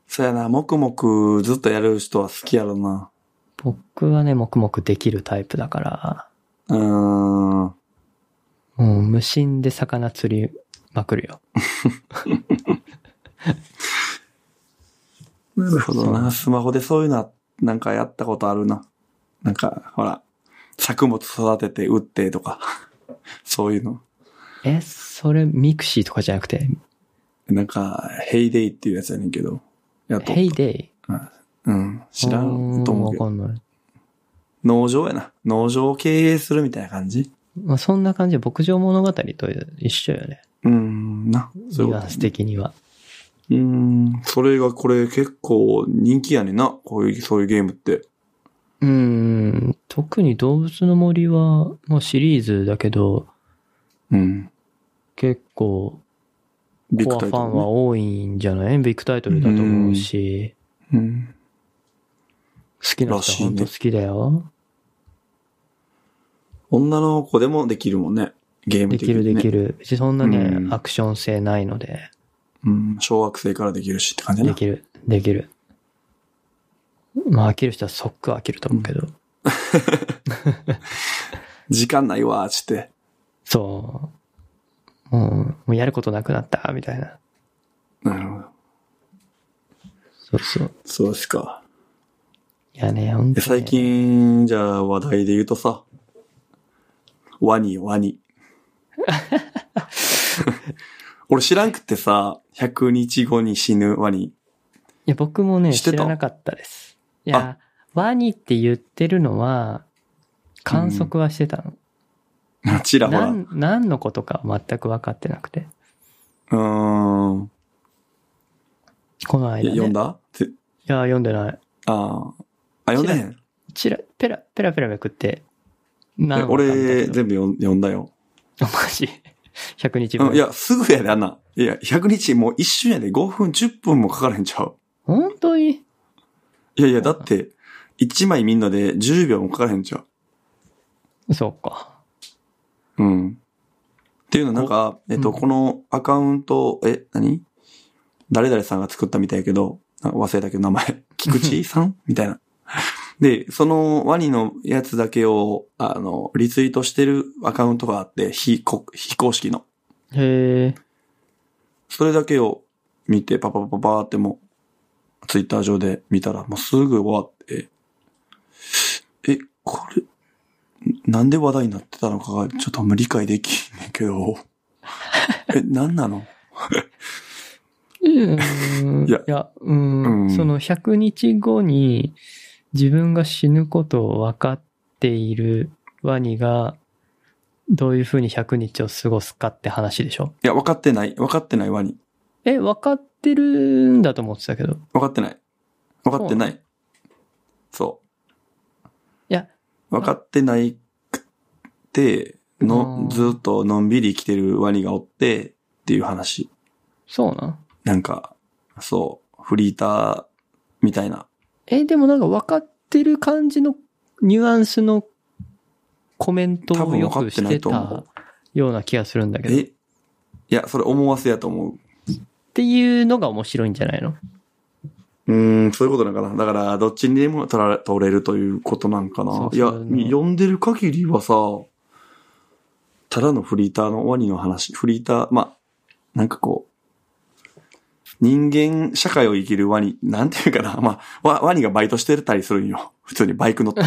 Speaker 2: そうやな、黙々ずっとやる人は好きやろな。
Speaker 1: 僕はね、黙々できるタイプだから、
Speaker 2: うーん。
Speaker 1: もう無心で魚釣りまくるよ。
Speaker 2: なるほど
Speaker 1: そう
Speaker 2: な。スマホでそういうのは、なんかやったことあるな。なんか、ほら、作物育てて、打ってとか、 [LAUGHS] そういうの。
Speaker 1: え、それミクシーとかじゃなくて、
Speaker 2: なんか、ヘイデイっていうやつやねんけど。やっと。
Speaker 1: ヘイデイ
Speaker 2: うん。知らんと思うけ
Speaker 1: わ
Speaker 2: ど。
Speaker 1: かんない。
Speaker 2: 農場やな。農場を経営するみたいな感じ
Speaker 1: まあ、そんな感じで牧場物語と一緒よね。
Speaker 2: うーん、な。
Speaker 1: ニ
Speaker 2: そういう
Speaker 1: ュ
Speaker 2: こ
Speaker 1: ア
Speaker 2: と
Speaker 1: ンス的には。
Speaker 2: うーん。それがこれ結構人気やねんな。こういう、そういうゲームって。
Speaker 1: うーん、特に動物の森は、もうシリーズだけど、
Speaker 2: うん。
Speaker 1: 結構、
Speaker 2: ビッ
Speaker 1: コ
Speaker 2: グ
Speaker 1: ア
Speaker 2: タ
Speaker 1: フ
Speaker 2: イ
Speaker 1: ァ
Speaker 2: ト
Speaker 1: ン
Speaker 2: ル
Speaker 1: は
Speaker 2: ね。
Speaker 1: 多いんじゃないビッグタイトルだと思うし、
Speaker 2: うん。
Speaker 1: 好きな
Speaker 2: ら
Speaker 1: 人
Speaker 2: しい
Speaker 1: は
Speaker 2: ね
Speaker 1: 本当好きだよ。
Speaker 2: 女の子でもできるもんね。ゲーム
Speaker 1: で
Speaker 2: 的
Speaker 1: き
Speaker 2: に、ね。
Speaker 1: るでき
Speaker 2: る。
Speaker 1: る。別にそんなね、
Speaker 2: うん
Speaker 1: アクション性ないので、
Speaker 2: うん。小学生からできるしって感じや
Speaker 1: で
Speaker 2: な。
Speaker 1: きる、できる。まあ飽きる人は即飽きると思うけど、
Speaker 2: 時間ないわーっつって。
Speaker 1: そう。もう、もうやることなくなった、みたいな。
Speaker 2: なるほど。
Speaker 1: そうそう。
Speaker 2: そうですか。
Speaker 1: いやね、本当
Speaker 2: で、
Speaker 1: に、
Speaker 2: 最。近、じゃあ話題で言うとさ、ワニよ、
Speaker 1: [LAUGHS]
Speaker 2: ワニ。俺知らんくってさ、100日後に死ぬワニ。
Speaker 1: いや、僕もね、
Speaker 2: 知って
Speaker 1: 知
Speaker 2: た
Speaker 1: らなかったです。いや、ワニって言ってるのは、観測はしてたの。
Speaker 2: ちらほら。
Speaker 1: な
Speaker 2: うん
Speaker 1: 何のことか全く分かってなくて。
Speaker 2: ーん。
Speaker 1: この間、
Speaker 2: い
Speaker 1: ね。
Speaker 2: や読ん
Speaker 1: だ
Speaker 2: だぜ
Speaker 1: いや、読んでない。
Speaker 2: あーあ、読んでへん。
Speaker 1: ちら、ペラ、ペラペラめくって。
Speaker 2: え
Speaker 1: 何話かみたい
Speaker 2: 俺、
Speaker 1: な
Speaker 2: 全部読ん読んだよ。
Speaker 1: [LAUGHS] マジ [LAUGHS] ?100 日
Speaker 2: うん、
Speaker 1: 分。
Speaker 2: いや、すぐやで、あんな。いや、100日もう一瞬やで、5分、10分もかからへんちゃう。
Speaker 1: 本当に
Speaker 2: いやいや、だって、1枚みんなで10秒もかからへんちゃ
Speaker 1: そうか。
Speaker 2: う。うん。っっていうのはなんか、えっと、
Speaker 1: うん
Speaker 2: このアカウント、え、何誰々さんが作ったみたいやけど、あ忘れたけど
Speaker 1: [LAUGHS]
Speaker 2: 名前、菊池さんみたいな。で、そのワニのやつだけを、あの、リツイートしてるアカウントがあって、非こ非公式の。
Speaker 1: へえ。
Speaker 2: それだけを見て、パパパパパーってもう、ツイッター上で見たら、もうすぐ終わって、え、これ、なんで話題になってたのかが、ちょっとあんま理解できんねんけど、え、なんなの
Speaker 1: うん。
Speaker 2: いや
Speaker 1: いや、うん,、
Speaker 2: うん
Speaker 1: その100日後に自分が死ぬことを分かっているワニが、どういうふうに100日を過ごすかって話でしょ
Speaker 2: いや、分かってない。分かってないワニ。
Speaker 1: え、分かってるんだと思ってたけど。い
Speaker 2: 分かってない。分かってない。そう。
Speaker 1: や、
Speaker 2: 分かってないって、
Speaker 1: う
Speaker 2: の
Speaker 1: ん、
Speaker 2: ずっとのんびり来てるワニがおって、っていう話。
Speaker 1: そうなん。
Speaker 2: なんか、そう、フリーターみたいな。
Speaker 1: え、でもなんか分かってる感じのニュアンスのコメント
Speaker 2: 多
Speaker 1: を
Speaker 2: 分
Speaker 1: よ
Speaker 2: 分か
Speaker 1: く
Speaker 2: っ
Speaker 1: してて
Speaker 2: ないと思う
Speaker 1: たような気がするんだけど。
Speaker 2: え
Speaker 1: っ
Speaker 2: いや、それ思わせやと思う。
Speaker 1: ていうのが面白いんじゃないの
Speaker 2: うーん、そういうことなのかな。だから、どっちにでも取られ、取れるということなんかな。
Speaker 1: そう
Speaker 2: いや、
Speaker 1: そういうの
Speaker 2: 読んでる限りはさ、ただのフリーターのワニの話、フリーター、まあ、なんかこう、人間社会を生きるワニ、なんていうかな。まあ、ワワニがバイトしてたりするんよ。普通にバイク乗って。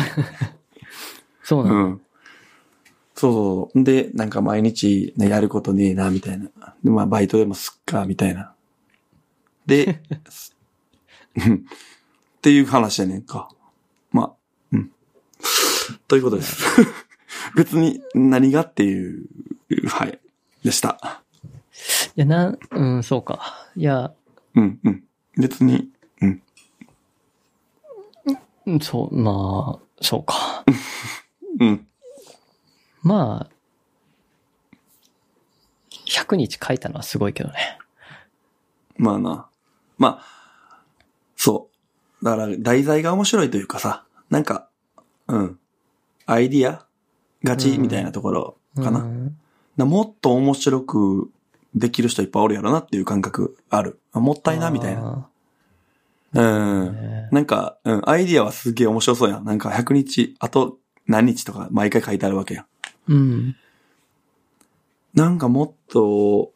Speaker 1: そうな
Speaker 2: う
Speaker 1: の、
Speaker 2: ん。そうそうそう。で、なんか毎日、ね、やることねえな、みたいな。で、まあ、バイトでもすっか、みたいな。で、すうんっていう話やねんか。まあ、うん。ということです。別に何がっていう、はい、でした。
Speaker 1: いや、なん、うん、そうか。いや、
Speaker 2: うん、うん。別に、
Speaker 1: うんそう、まあ、そう
Speaker 2: [LAUGHS]
Speaker 1: か。
Speaker 2: うん。
Speaker 1: まあ、100日書いたのはすごいけどね。
Speaker 2: まあな。まあ、そう。だから、題材が面白いというかさ、なんか、うん。アイディアガチ
Speaker 1: うん
Speaker 2: みたいなところかな。
Speaker 1: うん
Speaker 2: なもっと面白くできる人いっぱいおるやろなっていう感覚ある。あもったいな、みたいな。
Speaker 1: な。
Speaker 2: うん。
Speaker 1: ね
Speaker 2: なんか、うん、アイディアはすげえ面白そうやん。なんか100日、あと何日とか毎回書いてあるわけやん。
Speaker 1: うん。
Speaker 2: なんかもっと、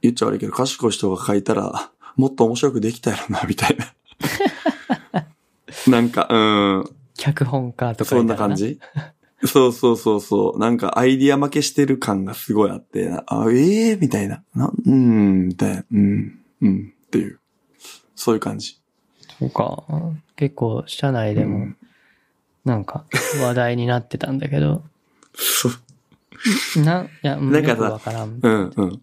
Speaker 2: 言っちゃ悪いけど、賢い人が書いたら、もっと面白くできたやろな、みたいな。なん [LAUGHS] か、う
Speaker 1: 脚本家とか
Speaker 2: ん。そん
Speaker 1: いた
Speaker 2: な
Speaker 1: ら
Speaker 2: 感。じそうそうそうそう。なんかアイディア負けしてる感がすごいあって、なあええー、みたいな。なうん、みたいな。うん、うん、っていう。そういう感じ。 [LAUGHS]
Speaker 1: そうか。結構、社内で
Speaker 2: う
Speaker 1: も
Speaker 2: ん、
Speaker 1: なんか、話題になってたんだけ
Speaker 2: [LAUGHS]
Speaker 1: ど、
Speaker 2: そう
Speaker 1: な、いや、うん
Speaker 2: なんか
Speaker 1: よ
Speaker 2: さ
Speaker 1: くわからん。
Speaker 2: うん、うん。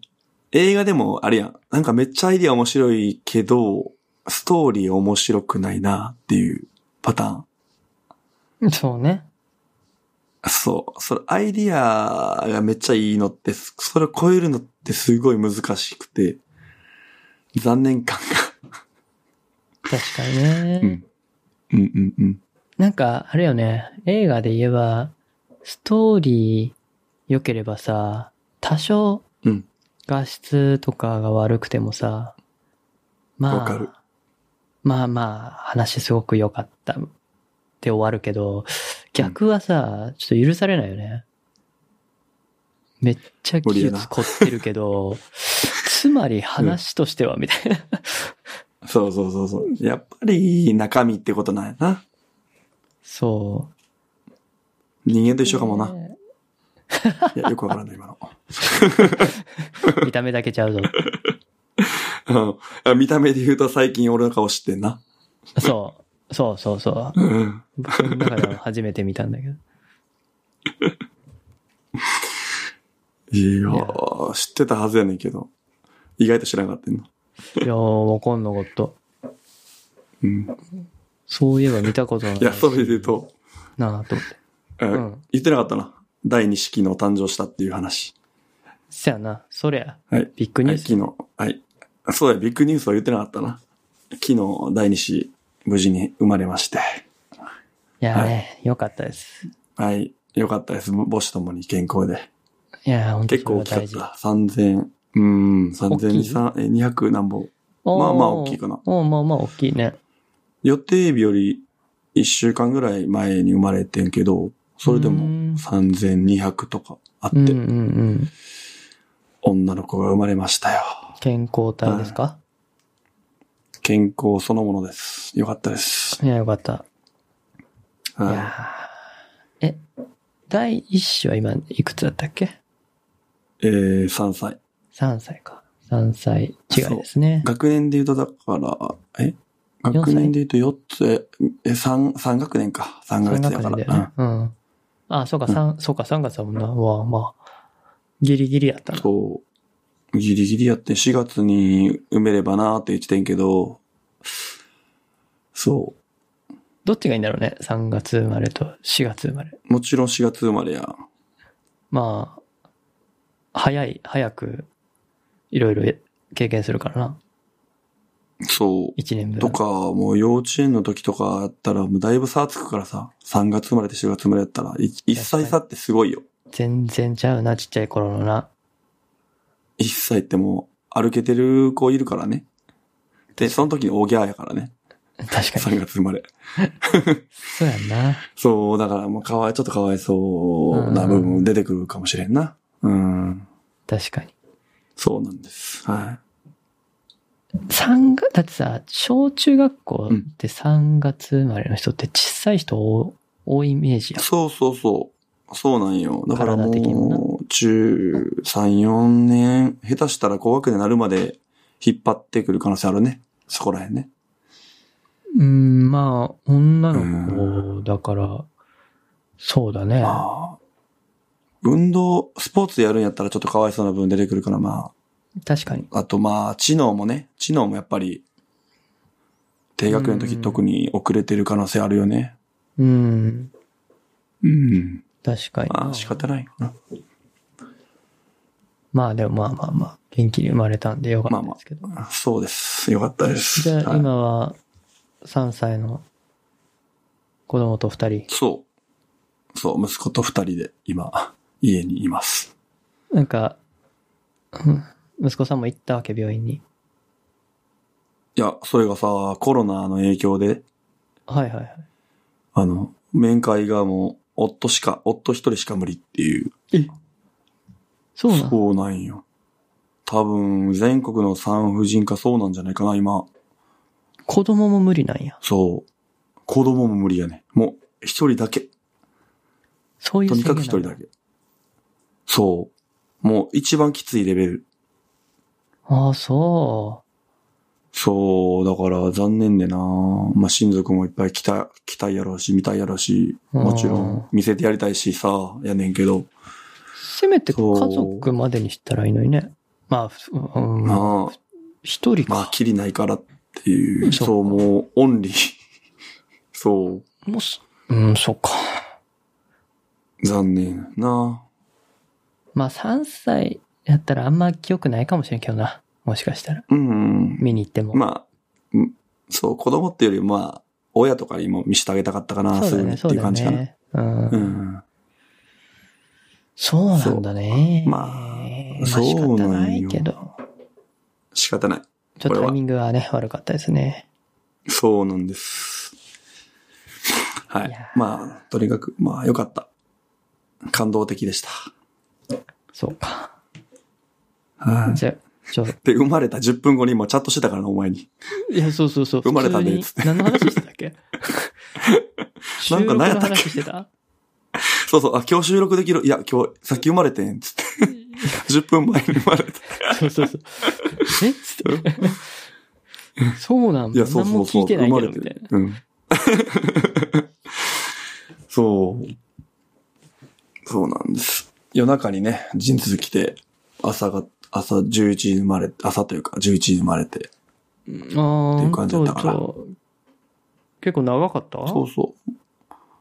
Speaker 2: 映画でもあれやん。なんかめっちゃアイディア面白いけど、ストーリー面白くないな、っていうパターン。
Speaker 1: そうね。
Speaker 2: そう。それ、アイディアがめっちゃいいのって、すそれを超えるのってすごい難しくて、残念感
Speaker 1: 確かにね。
Speaker 2: が。うん。うんうんうん。
Speaker 1: なんか、あれよね、映画で言えば、ストーリー良ければさ、多少
Speaker 2: うん、
Speaker 1: 画質とかが悪くてもさ、ま
Speaker 2: わかる
Speaker 1: あ、まあまあ、話すごく良かったって終わるけど、逆はさ、ちょっと許されないよね。めっちゃ技術凝ってるけど、つまり話としてはみたいな。
Speaker 2: そうそうそうそう。やっぱり中身ってことなんやな。
Speaker 1: そう。
Speaker 2: 人間と一緒かもな。
Speaker 1: ね
Speaker 2: いや、よくわからない、今の。
Speaker 1: 見た目だけちゃうぞ。
Speaker 2: うんあ見た目で言うと最近俺の顔知ってんな。
Speaker 1: そう。そうそうそう。
Speaker 2: うん。
Speaker 1: 僕の中では初めて見たんだけど。
Speaker 2: いや
Speaker 1: いや
Speaker 2: ー、知ってたはずやねんけど。意外と知らなかったん
Speaker 1: い
Speaker 2: な。
Speaker 1: やー、わかんなかった。
Speaker 2: うん。
Speaker 1: そういえば見たことない。
Speaker 2: いや、それで言うと、
Speaker 1: なあと思って。
Speaker 2: あ
Speaker 1: うん
Speaker 2: 言ってなかったな。第2式の誕生したっていう話。
Speaker 1: そやな、そりゃ、
Speaker 2: はい。
Speaker 1: ビッグニュース。
Speaker 2: はい、 [LAUGHS] 昨日、はい。そうや、ビッグニュースは言ってなかったな。昨日、第二子、無事に生まれまして。
Speaker 1: いやーね、よかったです。
Speaker 2: はい。よかったです。母子ともに健康で。
Speaker 1: いやー、本当
Speaker 2: 結
Speaker 1: それ
Speaker 2: 構
Speaker 1: は
Speaker 2: 大きかっ
Speaker 1: 大事。
Speaker 2: た。3000、うーん、
Speaker 1: 大きい
Speaker 2: 3200、え200何本。
Speaker 1: おー
Speaker 2: まあまあ大きいかな
Speaker 1: おーまあまあ大きいね。
Speaker 2: 予定日より1週間ぐらい前に生まれてんけど、それで
Speaker 1: う
Speaker 2: も
Speaker 1: ん
Speaker 2: 3200とかあって、
Speaker 1: うんうんうん。
Speaker 2: 女の子が生まれましたよ。
Speaker 1: 健康体ですか、
Speaker 2: 健康そのものです。よかったです。
Speaker 1: い、や、よかった。い
Speaker 2: は
Speaker 1: やーえ、第一子は今いくつだったっけ
Speaker 2: い、えー、3歳。
Speaker 1: ?3 歳か。3歳違いですね。
Speaker 2: 学年で言うとだから、え学年で言うと4つ、え、3、三学年か。3
Speaker 1: 3
Speaker 2: 学年
Speaker 1: 学
Speaker 2: だか
Speaker 1: 年
Speaker 2: ら。
Speaker 1: だよね。うん。あ、そうか、三、そうか、3月だもんな。うわまあ、ギリギリやった
Speaker 2: うん。
Speaker 1: な。
Speaker 2: そう。ギリギリやって4月に埋めればなーって言ってんけど、そう。
Speaker 1: どっちがいいんだろうね。3月生まれと4月生まれ。
Speaker 2: もちろん4月生まれやん。
Speaker 1: まあ、早い、早く、いろいろ経験するからな。
Speaker 2: そう。
Speaker 1: 1年分。
Speaker 2: とか、もう幼稚園の時とかやったら、もうだいぶ差つくからさ、3月生まれと4月生まれやったら、1歳差ってすごいよ。
Speaker 1: 全然ちゃうな、ちっちゃい頃の [LAUGHS] な。
Speaker 2: 1歳ってもう、歩けてる子いるからね。で、その時に大ギャーやからね。
Speaker 1: 確か
Speaker 2: 3
Speaker 1: に。
Speaker 2: 月生まれ。
Speaker 1: そうやんな。
Speaker 2: そう、だからもうかわい、ちょっとかわいそうな部分出てくるかもしれんな。うん。
Speaker 1: 確かに。
Speaker 2: そうなんです。は
Speaker 1: 三月、だってさ、小中学校
Speaker 2: う
Speaker 1: っ
Speaker 2: ん
Speaker 1: て3月生まれの人って小さい人多多いイメージ
Speaker 2: い。
Speaker 1: やん。
Speaker 2: そうそうそう。そうなんよ。だから
Speaker 1: 体的にも
Speaker 2: もう、中3、4年、下手したら高学年になるまで引っ張ってくる可能性あるね。そこらへんね。
Speaker 1: うん、まあ、女の子だから、そうだね。
Speaker 2: まあ、運動、スポーツやるんやったらちょっとかわいそうな部分出てくるから、ま
Speaker 1: 確かに。
Speaker 2: あ、あとまあ、知能もね、知能もやっぱり、低学年の時
Speaker 1: うん
Speaker 2: 特に遅れてる可能性あるよね。
Speaker 1: うん、
Speaker 2: うん。
Speaker 1: 確かに。
Speaker 2: まあ、仕方ないな。
Speaker 1: まあでもまあまあまあ、元気に生まれたんでよかったですけど。
Speaker 2: そうです。よかったです。
Speaker 1: じゃあ
Speaker 2: はい
Speaker 1: 今は3歳の子供と2人。
Speaker 2: そう。そう、息子と二人で今、家にいます。
Speaker 1: なんか、うん息子さんも行ったわけ、病院に。
Speaker 2: いや、それがさ、コロナの影響で、
Speaker 1: はいはいはい。
Speaker 2: あの、面会がもう、夫しか、夫一人しか無理っていう
Speaker 1: そうなの
Speaker 2: そうなんよ。多分、全国の産婦人科そうなんじゃないかな、今。
Speaker 1: 子供も無理なんや。
Speaker 2: そう。子供も無理やね。もう、一人だけ。
Speaker 1: そういう
Speaker 2: とにかく
Speaker 1: 制
Speaker 2: 一
Speaker 1: 限
Speaker 2: 人
Speaker 1: なん
Speaker 2: だけ。そう。もう、一番きついレベル。
Speaker 1: ああ、そ
Speaker 2: そう、だから残念でなまあ、親族もいっぱい来た、来たいやろうし、見たいやろうし、もちろ
Speaker 1: うん
Speaker 2: ん、見せてやりたいしさ、やねんけど。
Speaker 1: う。せめて家
Speaker 2: そう
Speaker 1: 族までにしたらいいのにね。まあふ、うん、
Speaker 2: まあ、
Speaker 1: 一人
Speaker 2: まあ
Speaker 1: か、。
Speaker 2: きりないからっていうう。
Speaker 1: んそう
Speaker 2: そう、もう、オンリー。 [LAUGHS] そう。
Speaker 1: もうす、うん、そうか。
Speaker 2: 残念な
Speaker 1: まあ3歳やったらあんま記憶ないかもしれんけどな。もしかしたら。
Speaker 2: うん。
Speaker 1: 見に行っても。
Speaker 2: まあ、うんそう、子供っていうよりまあ、親とかにも見せてあげたかったかな、
Speaker 1: そう
Speaker 2: す
Speaker 1: だ
Speaker 2: ぐに
Speaker 1: ね、
Speaker 2: って
Speaker 1: そう
Speaker 2: いう
Speaker 1: だ
Speaker 2: 感じかな。
Speaker 1: ね。うん。
Speaker 2: うん。
Speaker 1: そうなんだね。
Speaker 2: そうまあ
Speaker 1: まあ仕
Speaker 2: そう
Speaker 1: 方
Speaker 2: な
Speaker 1: なんい
Speaker 2: よ
Speaker 1: けど。
Speaker 2: 仕方ない。
Speaker 1: ちょっ
Speaker 2: ことれは
Speaker 1: タイミングはね、悪かったですね。
Speaker 2: そうなんです。はいい
Speaker 1: や。ー
Speaker 2: まあ、とにかく、まあ、よかった。感動的でした。
Speaker 1: そうか。
Speaker 2: はい。
Speaker 1: じゃあ、ちょ、
Speaker 2: で、生まれた10分後にもチャットしてたからな、お前に。 [LAUGHS]
Speaker 1: いや、そうそうそう。
Speaker 2: 生まれた
Speaker 1: 普
Speaker 2: ね
Speaker 1: 通に
Speaker 2: つって
Speaker 1: 何の話してたっけ
Speaker 2: [LAUGHS] なんか何やったっけ
Speaker 1: 収録の話してた
Speaker 2: そうそう、あ、今日収録できる。いや、今日、さっき生まれてん、つって。10分前に生ま
Speaker 1: [LAUGHS]
Speaker 2: れた。
Speaker 1: そうそうそう。えつって。そうなん
Speaker 2: い
Speaker 1: だ。
Speaker 2: や、そう
Speaker 1: 何
Speaker 2: そ
Speaker 1: も
Speaker 2: うそ
Speaker 1: 聞
Speaker 2: う。
Speaker 1: いてないけど、
Speaker 2: 生
Speaker 1: み
Speaker 2: まれ
Speaker 1: た
Speaker 2: て
Speaker 1: いな。
Speaker 2: うん。 [LAUGHS] そう。そうなんです。夜中にね、陣痛来て、朝が、朝11時生まれ、朝というか11時生まれて。
Speaker 1: あ
Speaker 2: っ
Speaker 1: あ
Speaker 2: ていう
Speaker 1: ー、
Speaker 2: 感じだったから
Speaker 1: そうそう結構長かった
Speaker 2: そうそう。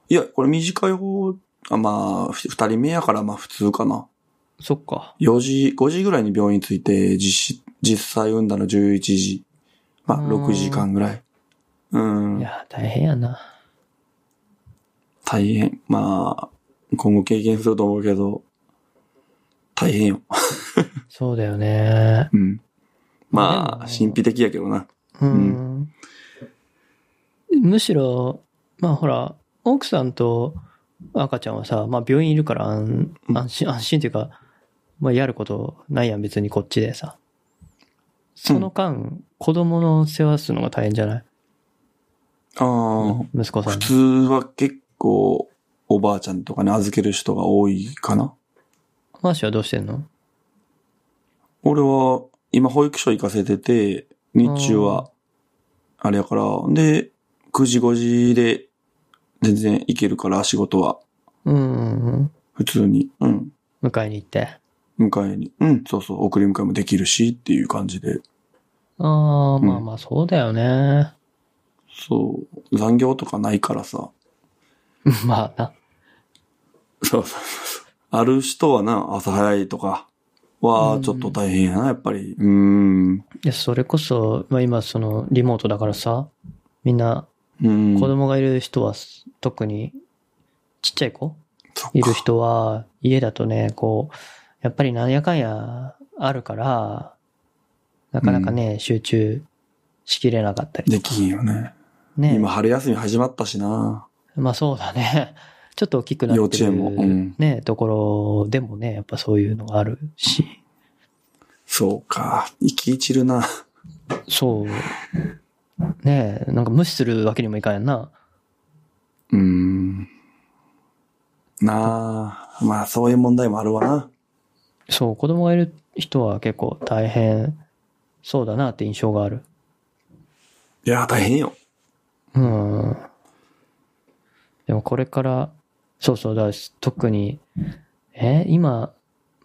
Speaker 2: いや、これ短い方、あまあ、ふ二人目やからまあ普通かな。
Speaker 1: そっか。
Speaker 2: 4時、5時ぐらいに病院着いて、実施、実際産んだの11時。まあ
Speaker 1: うん
Speaker 2: 6時間ぐらい。うん。
Speaker 1: いや、大変やな。
Speaker 2: 大変。まあ、今後経験すると思うけど、大変よ。
Speaker 1: そうだよね。
Speaker 2: うん。ま
Speaker 1: まあ
Speaker 2: あ、神秘的やけどな。
Speaker 1: うん。むしろ、まあほら、奥さんと赤ちゃんはさ、まあ病院いるから安
Speaker 2: うん
Speaker 1: 安心、安心っていうか、まあやることないやん、別にこっちでさ。その間、子供の世話するのが大変じゃない
Speaker 2: ああ、
Speaker 1: 息子さ
Speaker 2: 普
Speaker 1: ん。
Speaker 2: 通は結構、おばあちゃんとかに預ける人が多いかな。
Speaker 1: マーシーはどうしてんの
Speaker 2: 俺は、今保育所行かせてて、日中は、あれやから、で、9時5時で、全然行けるから、仕事は、
Speaker 1: うんうんうん。
Speaker 2: 普通に、うん、
Speaker 1: 迎えに行って。
Speaker 2: 迎えに、うん、そうそう、送り迎えもできるし、っていう感じで。
Speaker 1: ああ、
Speaker 2: うん
Speaker 1: まあまあそうだよね。
Speaker 2: そう、残業とかないからさ。
Speaker 1: [LAUGHS] まあな。
Speaker 2: そうそうそう。ある人はな、朝早いとかは、ちょっと大変やな、やっぱり。うん。
Speaker 1: いや、それこそ、まあ今そのリモートだからさ、みんな
Speaker 2: うん。
Speaker 1: 子供がいる人は、特にちっちゃい子
Speaker 2: そっか
Speaker 1: いる人は、家だとね、こう、やっぱりなんやかんやあるから、なかなかね、集中しきれなかったり
Speaker 2: で
Speaker 1: とか。
Speaker 2: きんよね。
Speaker 1: ね。
Speaker 2: 今、春休み始まったしな。
Speaker 1: まあそうだね。 [LAUGHS] ちょっと大きくなってる
Speaker 2: 幼稚園もうん
Speaker 1: ね、ところでもね、やっぱそういうのがあるし。
Speaker 2: そうか。生き散るな。
Speaker 1: そう。ねなんか無視するわけにもいかんやんな。
Speaker 2: うん。なあ。まあ、そういう問題もあるわな。
Speaker 1: そう、子供がいる人は結構大変そうだなって印象がある。
Speaker 2: いや、大変よ。
Speaker 1: うん。でもこれから、そうそうだし、特に、え、今、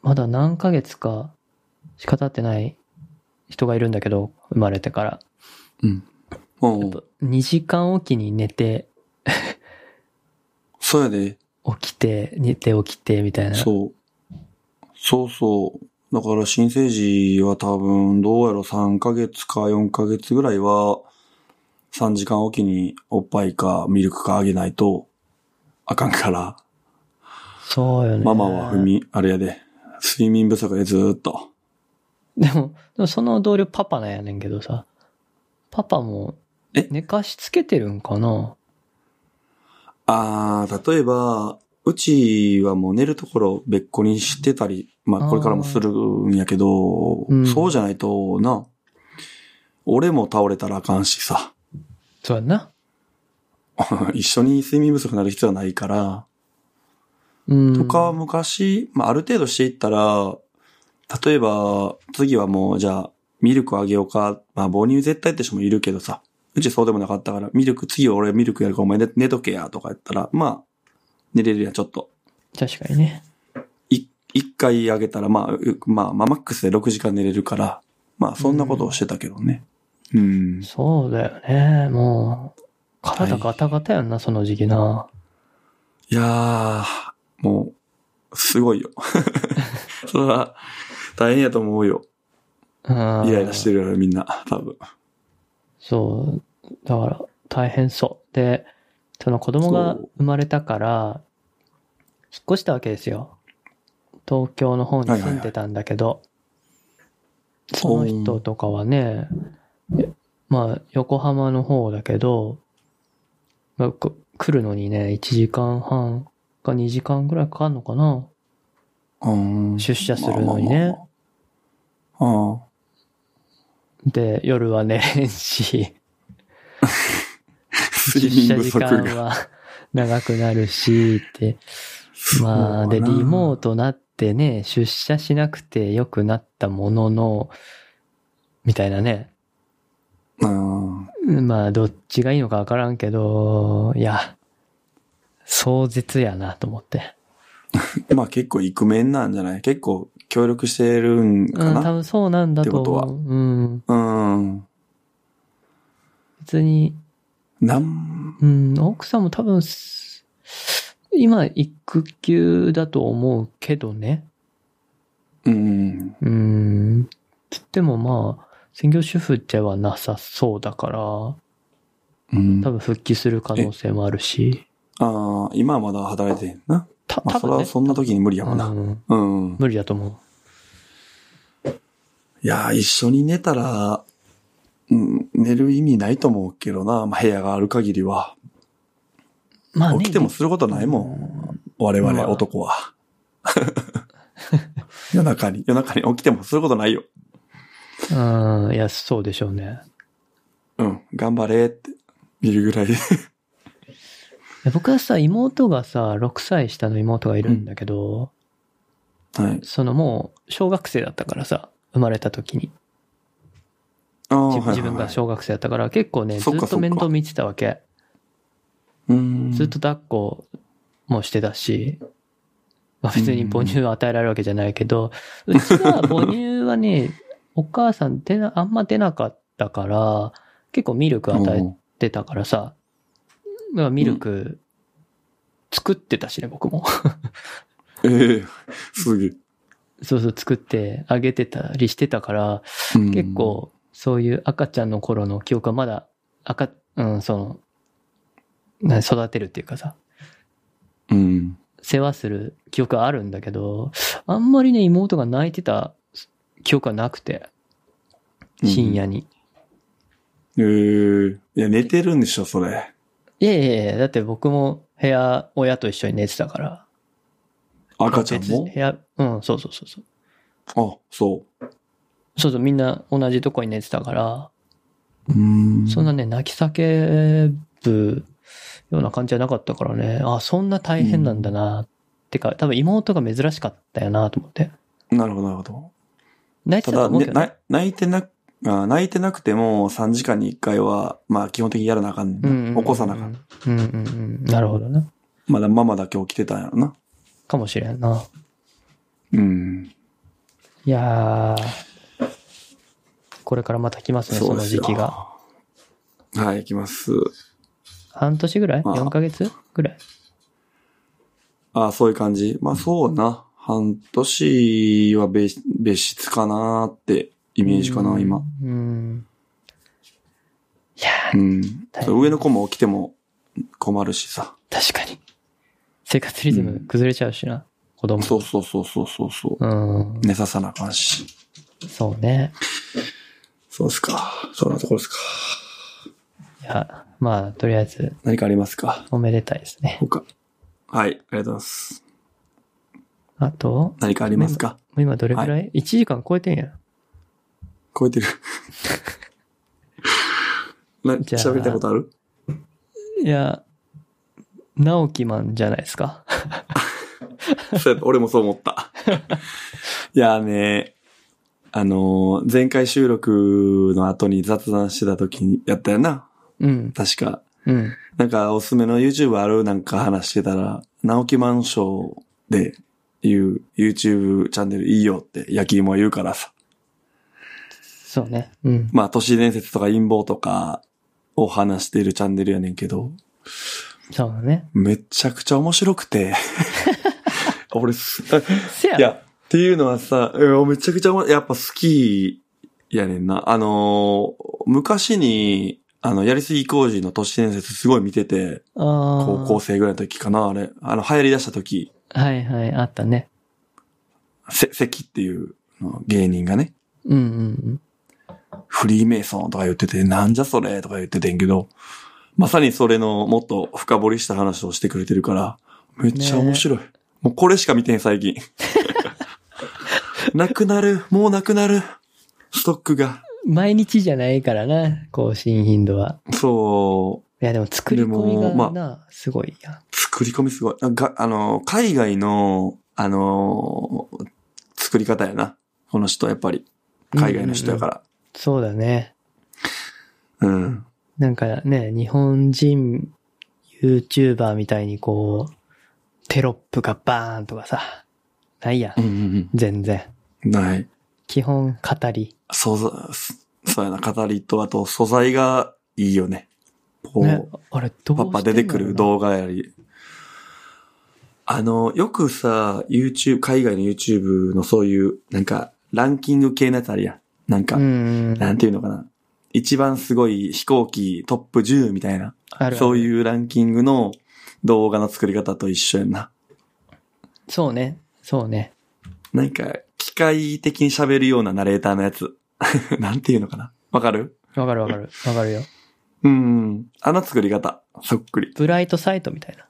Speaker 1: まだ何ヶ月かしか経ってない人がいるんだけど、生まれてから。
Speaker 2: うん。うん。
Speaker 1: 2時間おきに寝て、
Speaker 2: そうやで。
Speaker 1: 起きて、寝て起きて、みたいな。
Speaker 2: そう。そうそう。だから新生児は多分、どうやろ、3ヶ月か4ヶ月ぐらいは、3時間おきにおっぱいかミルクかあげないと、あかんから、
Speaker 1: そうよね。
Speaker 2: ママは踏み、あれやで、睡眠不足でずーっと。
Speaker 1: でも、でもその同僚パパなんやねんけどさ、パパも
Speaker 2: え
Speaker 1: 寝かしつけてるんかな
Speaker 2: あー、例えば、うちはもう寝るところ別個にしてたり、ま
Speaker 1: あ
Speaker 2: あ
Speaker 1: ー
Speaker 2: これからもするんやけど、
Speaker 1: うん
Speaker 2: そうじゃないとな、俺も倒れたらあかんしさ。 [LAUGHS]
Speaker 1: そうやんな。
Speaker 2: 一緒に睡眠不足になる必要はないから、
Speaker 1: うん。
Speaker 2: とか、昔、まあ、ある程度していったら、例えば、次はもう、じゃあ、ミルクあげようか、まあ、母乳絶対って人もいるけどさ、うちそうでもなかったから、ミルク、次は俺ミルクやるからお前寝寝とけや、とかやったら、まあ、寝れるやん、ちょっと。
Speaker 1: 確かにね。
Speaker 2: い一回あげたら、まあ、うまあ、まあ、マックスで6時間寝れるから、まあ、そんなことをしてたけどね。うん。
Speaker 1: そうだよね。もう、体ガタガタやんな、その時期な。
Speaker 2: いやー、もう、すごいよ。 [LAUGHS] それは、大変やと思うよ。
Speaker 1: うん。
Speaker 2: イライラしてるよね、みんな、多分。
Speaker 1: そう。だから、大変そう。で、その子供が
Speaker 2: そう
Speaker 1: 生まれたから、引っ越したわけですよ。東京の方に住んでたんだけど、その人とかはね、えまあ、横浜の方だけど、まあ、こ来るのにね、1時間半か2時間ぐらいかかるのかな
Speaker 2: うん
Speaker 1: 出社するのにね。
Speaker 2: まあまあまあまあ
Speaker 1: で、夜は [LAUGHS] 寝れんし、
Speaker 2: あ
Speaker 1: 出
Speaker 2: 睡
Speaker 1: 社
Speaker 2: 眠不
Speaker 1: 時
Speaker 2: 足
Speaker 1: 間
Speaker 2: が。
Speaker 1: は長くなるし、って。まあ、で、リモー
Speaker 2: ト。
Speaker 1: トなってね、出社しなくて良くなったものの、みたいなね。
Speaker 2: うん
Speaker 1: まあ、どっちがいいのかわからんけど、いや、壮絶やなと思って。
Speaker 2: まあ結構イクメンなんじゃない結構協力してるん
Speaker 1: う
Speaker 2: か
Speaker 1: ん、多
Speaker 2: な
Speaker 1: 分そうなんだと
Speaker 2: ってことは
Speaker 1: 思う。うん。
Speaker 2: うん。
Speaker 1: 別に、
Speaker 2: なん、
Speaker 1: うん、奥さんも多分す、今、育休だと思うけどね。
Speaker 2: うん。
Speaker 1: うん。つってもまあ、専業主婦ではなさそうだから、
Speaker 2: うん
Speaker 1: 多分復帰する可能性もあるし。
Speaker 2: ああ、今はまだ働いてへんな。
Speaker 1: た、
Speaker 2: まあ、
Speaker 1: 多
Speaker 2: それ
Speaker 1: 分
Speaker 2: は
Speaker 1: ね。
Speaker 2: そんな時に無理やもん
Speaker 1: う
Speaker 2: な。
Speaker 1: ん
Speaker 2: うん。うん、
Speaker 1: 無理だと思
Speaker 2: いやー、一緒に寝たら、うん、寝る意味ないと思うけどな、まあ、部屋がある限りは。
Speaker 1: う。まあね、
Speaker 2: 起きてもすることないもん。我々、
Speaker 1: まあ
Speaker 2: 男は。夜中に、夜中に起きてもすることないよ。
Speaker 1: うん、いや、そうでしょうね。
Speaker 2: うん、頑張れって見るぐらいで。
Speaker 1: で僕はさ、妹がさ、6歳下の妹がいるんだけど、
Speaker 2: はい。
Speaker 1: そのもう、小学生だったからさ、生まれた時に。
Speaker 2: ああ、はい
Speaker 1: 自
Speaker 2: はいはい。
Speaker 1: 自分が小学生だったから、結構ね、ず
Speaker 2: そっ
Speaker 1: っ
Speaker 2: かそ
Speaker 1: と
Speaker 2: っか
Speaker 1: 面倒見てたわけ。
Speaker 2: うん
Speaker 1: ずっと抱っこもしてたし、まあ、別に母乳を与えられるわけじゃないけど、うちは母乳はね、 [LAUGHS] お母さん出な、あんま出なかったから、結構ミルク与え
Speaker 2: うん
Speaker 1: てたからさ、まあミルク作ってたしね、僕も。
Speaker 2: ええすげえ。
Speaker 1: そうそう、作ってあげてたりしてたから、
Speaker 2: うん
Speaker 1: 結。構そういう赤ちゃんの頃の記憶はまだ、赤、うん、その、な育てるっていうかさ、
Speaker 2: うん。
Speaker 1: 世話する記憶はあるんだけど、あんまりね、妹が泣いてた記憶はなくて、深夜に。
Speaker 2: ええいや、寝てるんでしょ、それ。
Speaker 1: いやいやいや、だって僕も部屋、親と一緒に寝てたから。
Speaker 2: 赤ちゃんも
Speaker 1: 別部屋、うん、そうそうそうそう。
Speaker 2: あ、そ
Speaker 1: そうそう、みんな同じとこに寝てたから、
Speaker 2: う。うん
Speaker 1: そんなね、泣き叫ぶような感じじゃなかったからね、あ、そんな大変なんだな、ってか、多分妹が珍しかったよなと思って。
Speaker 2: なるほど、なるほど。
Speaker 1: 泣いてた
Speaker 2: た
Speaker 1: と
Speaker 2: だ、
Speaker 1: 思う
Speaker 2: ね、
Speaker 1: けど、ね
Speaker 2: な泣いてな、あ泣いてなくても3時間に1回は、まあ基本的にやらなあかんねんな。
Speaker 1: うんうんうん
Speaker 2: 起こさなあかん。
Speaker 1: うんうんうん。なるほどね。
Speaker 2: まだママだけ起きてたんやろな。
Speaker 1: かもしれんな。
Speaker 2: うん。
Speaker 1: いやー、これからまた来ますね、そ
Speaker 2: そうで
Speaker 1: の
Speaker 2: す
Speaker 1: 時
Speaker 2: よ
Speaker 1: 期が。
Speaker 2: はい、行きます。
Speaker 1: 半年ぐらい
Speaker 2: まあ
Speaker 1: ?4 ヶ月ぐらい
Speaker 2: あそういう感じ。まあそうな。半年は別別室かなーってイ
Speaker 1: イ
Speaker 2: メージかな、今。。
Speaker 1: うん。いやー、
Speaker 2: うん。
Speaker 1: 大変
Speaker 2: そう上の子も起きても困るしさ。
Speaker 1: 確かに。生活リズム崩れちゃうしな、子供。
Speaker 2: そうそうそうそうそうそうう。
Speaker 1: ん。
Speaker 2: 寝ささなあかんし。
Speaker 1: そうね。
Speaker 2: そうですか。そんなところですか。
Speaker 1: いや、まあ、とりあえず、
Speaker 2: 何かありますか
Speaker 1: おめでたいですね。
Speaker 2: 他。はい、ありがとうございます。
Speaker 1: あと、
Speaker 2: 何かありますか
Speaker 1: もう今どれくらい、?1 時間超えてんや。
Speaker 2: 超えてる。 [LAUGHS] な、
Speaker 1: じゃあ
Speaker 2: 喋りたいことある
Speaker 1: いや、直樹マンじゃないですか。
Speaker 2: そうや俺もそう思った。 [LAUGHS] いやーね、あのー前回収録の後に雑談してた時にやったよな。
Speaker 1: うん。
Speaker 2: 確か。
Speaker 1: うん。
Speaker 2: なんかおすすめの YouTube あるなんか話してたら、直木マンションでいう YouTube チャンネルいいよって焼き芋は言うからさ。
Speaker 1: そうね。うん。
Speaker 2: まあ都市伝説とか陰謀とかを話しているチャンネルやねんけど、
Speaker 1: そうだね。
Speaker 2: めちゃくちゃ面白くて。俺す、
Speaker 1: せや
Speaker 2: いや、っていうのはさ、いやめちゃくちゃお、やっぱ好きやねんな。あのー昔に、あの、やりすぎ工事の都市伝説すごい見てて、
Speaker 1: あ
Speaker 2: 高校生ぐらいの時かな、あれ。あの、流行り出した時、
Speaker 1: あ。はいはい、あったね。
Speaker 2: せ、関っていうの芸人がね、
Speaker 1: うんうん
Speaker 2: フリーメイソンとか言ってて、なんじゃそれとか言っててんけど、まさにそれのもっと深掘りした話をしてくれてるから、めっちゃ面白い。もうこれしか見てん最近。 [LAUGHS] なくなる、もうなくなる、ストックが。
Speaker 1: うん。毎日じゃないからな、更新頻度は。
Speaker 2: そ
Speaker 1: いや、でも作り込み
Speaker 2: で
Speaker 1: が
Speaker 2: もま
Speaker 1: な、
Speaker 2: あ
Speaker 1: すごいや。
Speaker 2: う。作り込みすごい。が、あの、海外の、あの、作り方やな。この人はやっぱり。海外の人やから。
Speaker 1: そうだね。
Speaker 2: うん
Speaker 1: なんかね、日本人 YouTuber みたいにこう、テロップがバーンとかさ、ないや
Speaker 2: う。んうん
Speaker 1: 全然。
Speaker 2: うん。ない。
Speaker 1: 基本語り。
Speaker 2: 素材、そうやな、語りと、あと素材がいいよね。こう、
Speaker 1: ね、あれどう
Speaker 2: パッパ出てくる
Speaker 1: う
Speaker 2: 動画やり。あの、よくさ、YouTube、海外の YouTube のそういう、なんか、ランキング系のやつあるやん。なんか、
Speaker 1: うんうん。
Speaker 2: なんていうのかな。一番すごい飛行機トップ10みたいな。そう
Speaker 1: う。
Speaker 2: いうランキングの動画の作り方と一緒やんな。
Speaker 1: そうね。そうね。
Speaker 2: なんか、機械的に喋るようなナレーターのやつ。 [LAUGHS] なんていうのかなわかる
Speaker 1: わかるわかる。わかるよ。
Speaker 2: うん。あの作り方。そっくり。
Speaker 1: ブライトサイトみたいな。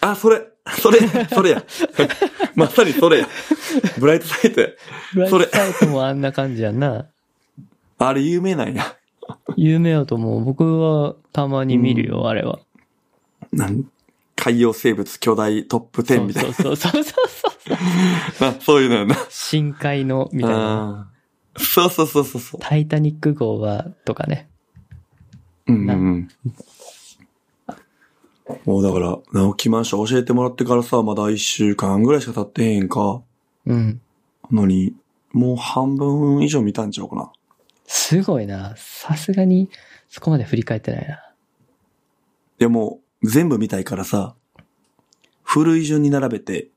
Speaker 2: あ、それそれそれや [LAUGHS] まさにそれやブライトサイトや
Speaker 1: ブライ
Speaker 2: そ
Speaker 1: ト
Speaker 2: れ
Speaker 1: サイトもあんな感じやんな。
Speaker 2: あれ有名なんや。
Speaker 1: 有名やと思う。僕はたまに見るよ、あれは。
Speaker 2: なん海洋生物巨大トップ10みたい
Speaker 1: そうそうそうそうそう。
Speaker 2: な。あそういうのよ [LAUGHS] な。
Speaker 1: 深海の、みたいな。
Speaker 2: うんそうそうそうそうそう。
Speaker 1: タイタニック号は、とかね。
Speaker 2: うんうん。もうだから、直木マンション教えてもらってからさ、まだ一週間ぐらいしか経ってへんか。
Speaker 1: うん。
Speaker 2: のに、もう半分以上見たんちゃうかな。
Speaker 1: すごいな。さすがに、そこまで振り返ってないな。
Speaker 2: でも、全部見たいからさ、古い順に並べて、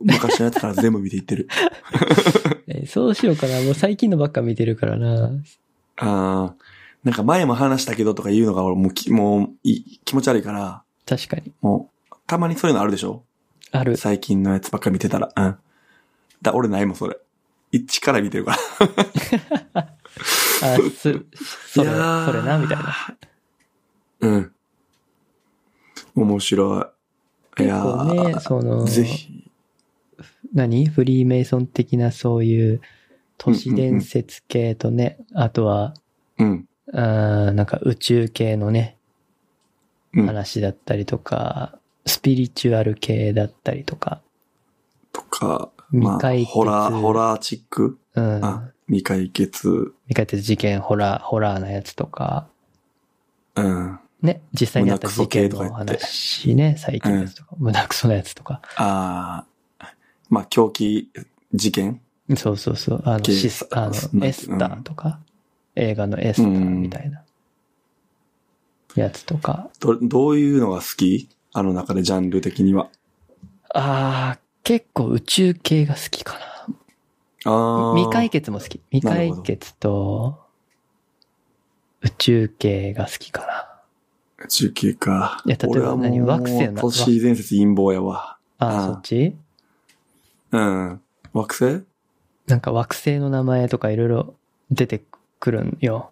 Speaker 2: 昔のやつから全部見ていっ
Speaker 1: [LAUGHS]
Speaker 2: てる。
Speaker 1: えそうしようかな。もう最近のばっか見てるからな。
Speaker 2: ああ、なんか前も話したけどとか言うのが俺もうき、もうい気持ち悪いから、
Speaker 1: 確かに。
Speaker 2: もう、たまにそういうのあるでしょ
Speaker 1: ある。
Speaker 2: 最近のやつばっか見てたら。うん。だ、俺ないもん、それ。一から見てるから。
Speaker 1: あ、す、それ、
Speaker 2: いやー
Speaker 1: それな、みたいな。
Speaker 2: うん。面白い。い
Speaker 1: 結
Speaker 2: や
Speaker 1: 構ね、
Speaker 2: ー、
Speaker 1: その、
Speaker 2: ぜひ。
Speaker 1: 何フリーメイソン的なそういう都市伝説系とね、あとは、
Speaker 2: うん。
Speaker 1: あーなんか宇宙系のね、
Speaker 2: うん
Speaker 1: 話だったりとか、スピリチュアル系だったりとか、
Speaker 2: とか、
Speaker 1: 未
Speaker 2: まあ
Speaker 1: 解、決
Speaker 2: ホラー、ホラーチック
Speaker 1: うん、
Speaker 2: あ、未解決。
Speaker 1: 未解決事件、ホラー、ホラーなやつとか、
Speaker 2: うん。
Speaker 1: ね、実際にあった
Speaker 2: 胸
Speaker 1: 事
Speaker 2: クソ系
Speaker 1: 件
Speaker 2: とか
Speaker 1: の
Speaker 2: 言って
Speaker 1: 話ね、最近のやつとか、胸クソのやつとか、
Speaker 2: ああ、まあ、狂気事件
Speaker 1: そうそうそう、あの、
Speaker 2: ゲイ
Speaker 1: シス、あ
Speaker 2: なんて
Speaker 1: の、
Speaker 2: うん
Speaker 1: エスターとか、映画のエスターみたいな、やつとか、
Speaker 2: ど、どういうのが好きあの中でジャンル的には。
Speaker 1: ああ、結構宇宙系が好きかな。
Speaker 2: ああ。
Speaker 1: 未解決も好き。未解決と、宇宙系が好きかな。
Speaker 2: 中継か。
Speaker 1: いや例えば
Speaker 2: 俺は
Speaker 1: 何
Speaker 2: もう、
Speaker 1: 惑星の
Speaker 2: 都市伝説陰謀やわ。
Speaker 1: あ
Speaker 2: あ
Speaker 1: あ、
Speaker 2: ー
Speaker 1: そっち
Speaker 2: うん。惑星
Speaker 1: なんか惑星の名前とかいろいろ出てくるんよ。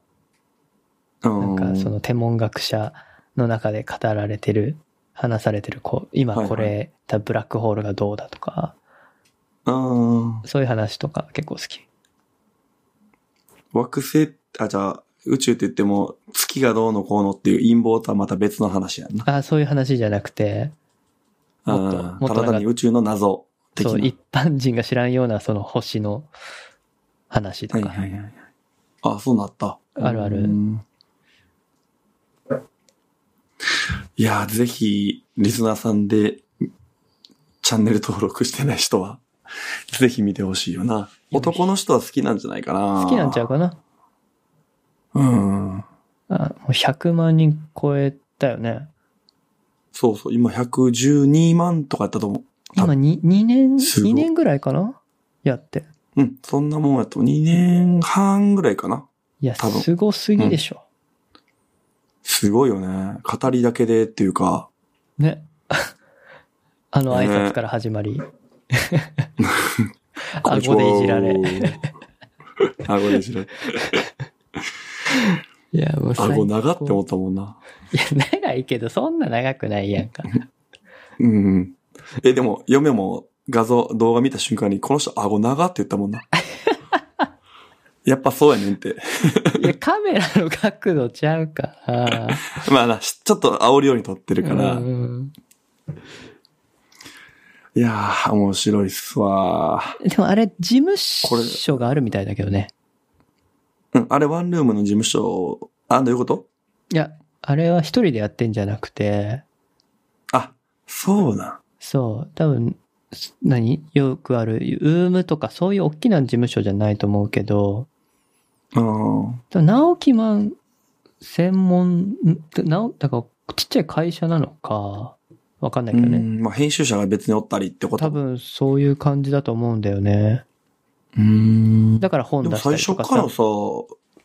Speaker 2: うん。
Speaker 1: なんかその天文学者の中で語られてる、話されてる、こう、今こ
Speaker 2: はい
Speaker 1: れ、たブラックホールがどうだとか、
Speaker 2: あ
Speaker 1: そういう話とか結構好き。
Speaker 2: あ。惑星、あ、じゃあ、宇宙って言っても、月がどうのこうのっていう陰謀とはまた別の話やんな。
Speaker 1: ああ、そういう話じゃなくて、もっと
Speaker 2: あ
Speaker 1: もっとなんか
Speaker 2: あただ単に宇宙の謎的な。
Speaker 1: そう、一般人が知らんようなその星の話とか。
Speaker 2: はいはいはい。あ、そうなった。
Speaker 1: あるある
Speaker 2: うんいやー、ぜひ、リスナーさんで、チャンネル登録してない人は、ぜひ見てほしいよな。男の人は好きなんじゃないかな。
Speaker 1: 好きなんちゃう
Speaker 2: う
Speaker 1: かな
Speaker 2: うん。
Speaker 1: あもう100万人超えたよね。
Speaker 2: そうそう、今112万とかやったと思う。
Speaker 1: 今 2, 2年、
Speaker 2: すごい
Speaker 1: 2年ぐらいかなやって。
Speaker 2: うん、そんなもんやと思う。2年半ぐらいかな。
Speaker 1: いや、
Speaker 2: 多分
Speaker 1: すごすぎでしょ。
Speaker 2: すごいよね。語りだけでっていうか、
Speaker 1: ね。あの挨
Speaker 2: ね
Speaker 1: 拶から始まり。
Speaker 2: こんにちは
Speaker 1: [LAUGHS] 顎でいじられ。 [LAUGHS]
Speaker 2: 顎でいじられ。
Speaker 1: いや、もう
Speaker 2: 顎長って思
Speaker 1: っ
Speaker 2: ったもんな。
Speaker 1: いや、長いけど、そんな長くないやんか。
Speaker 2: うんうん。え、でも、嫁も画像、動画見た瞬間に、この人顎長って言ったもん
Speaker 1: [LAUGHS]
Speaker 2: な。やっぱそうやねんって。
Speaker 1: い
Speaker 2: [LAUGHS]
Speaker 1: や、カメラの角度ちゃうから。
Speaker 2: まあな、しちょっと煽るように撮ってるから。
Speaker 1: うん
Speaker 2: いやー、面白いっすわ
Speaker 1: でもあれ、事務所があるみたいだけどね。
Speaker 2: ー。うん、あれワンルームの事務所、あ、どういうこと
Speaker 1: いや、あれは一人でやってんじゃなくて、
Speaker 2: あ、そうなん。
Speaker 1: そう、多分、す何よくある、ウームとかそういう大きな事務所じゃないと思うけど、
Speaker 2: うん。
Speaker 1: 多分直木マン専門、んなお、だからちっちゃい会社なのか、わかんないうけどね。
Speaker 2: ん、まあ編集者が別におったりってこと
Speaker 1: 多分そういう感じだと思うんだよね。
Speaker 2: うん。
Speaker 1: だから
Speaker 2: で
Speaker 1: 本
Speaker 2: も
Speaker 1: 出した
Speaker 2: 最
Speaker 1: りと
Speaker 2: 初
Speaker 1: か
Speaker 2: から
Speaker 1: さ。
Speaker 2: さ、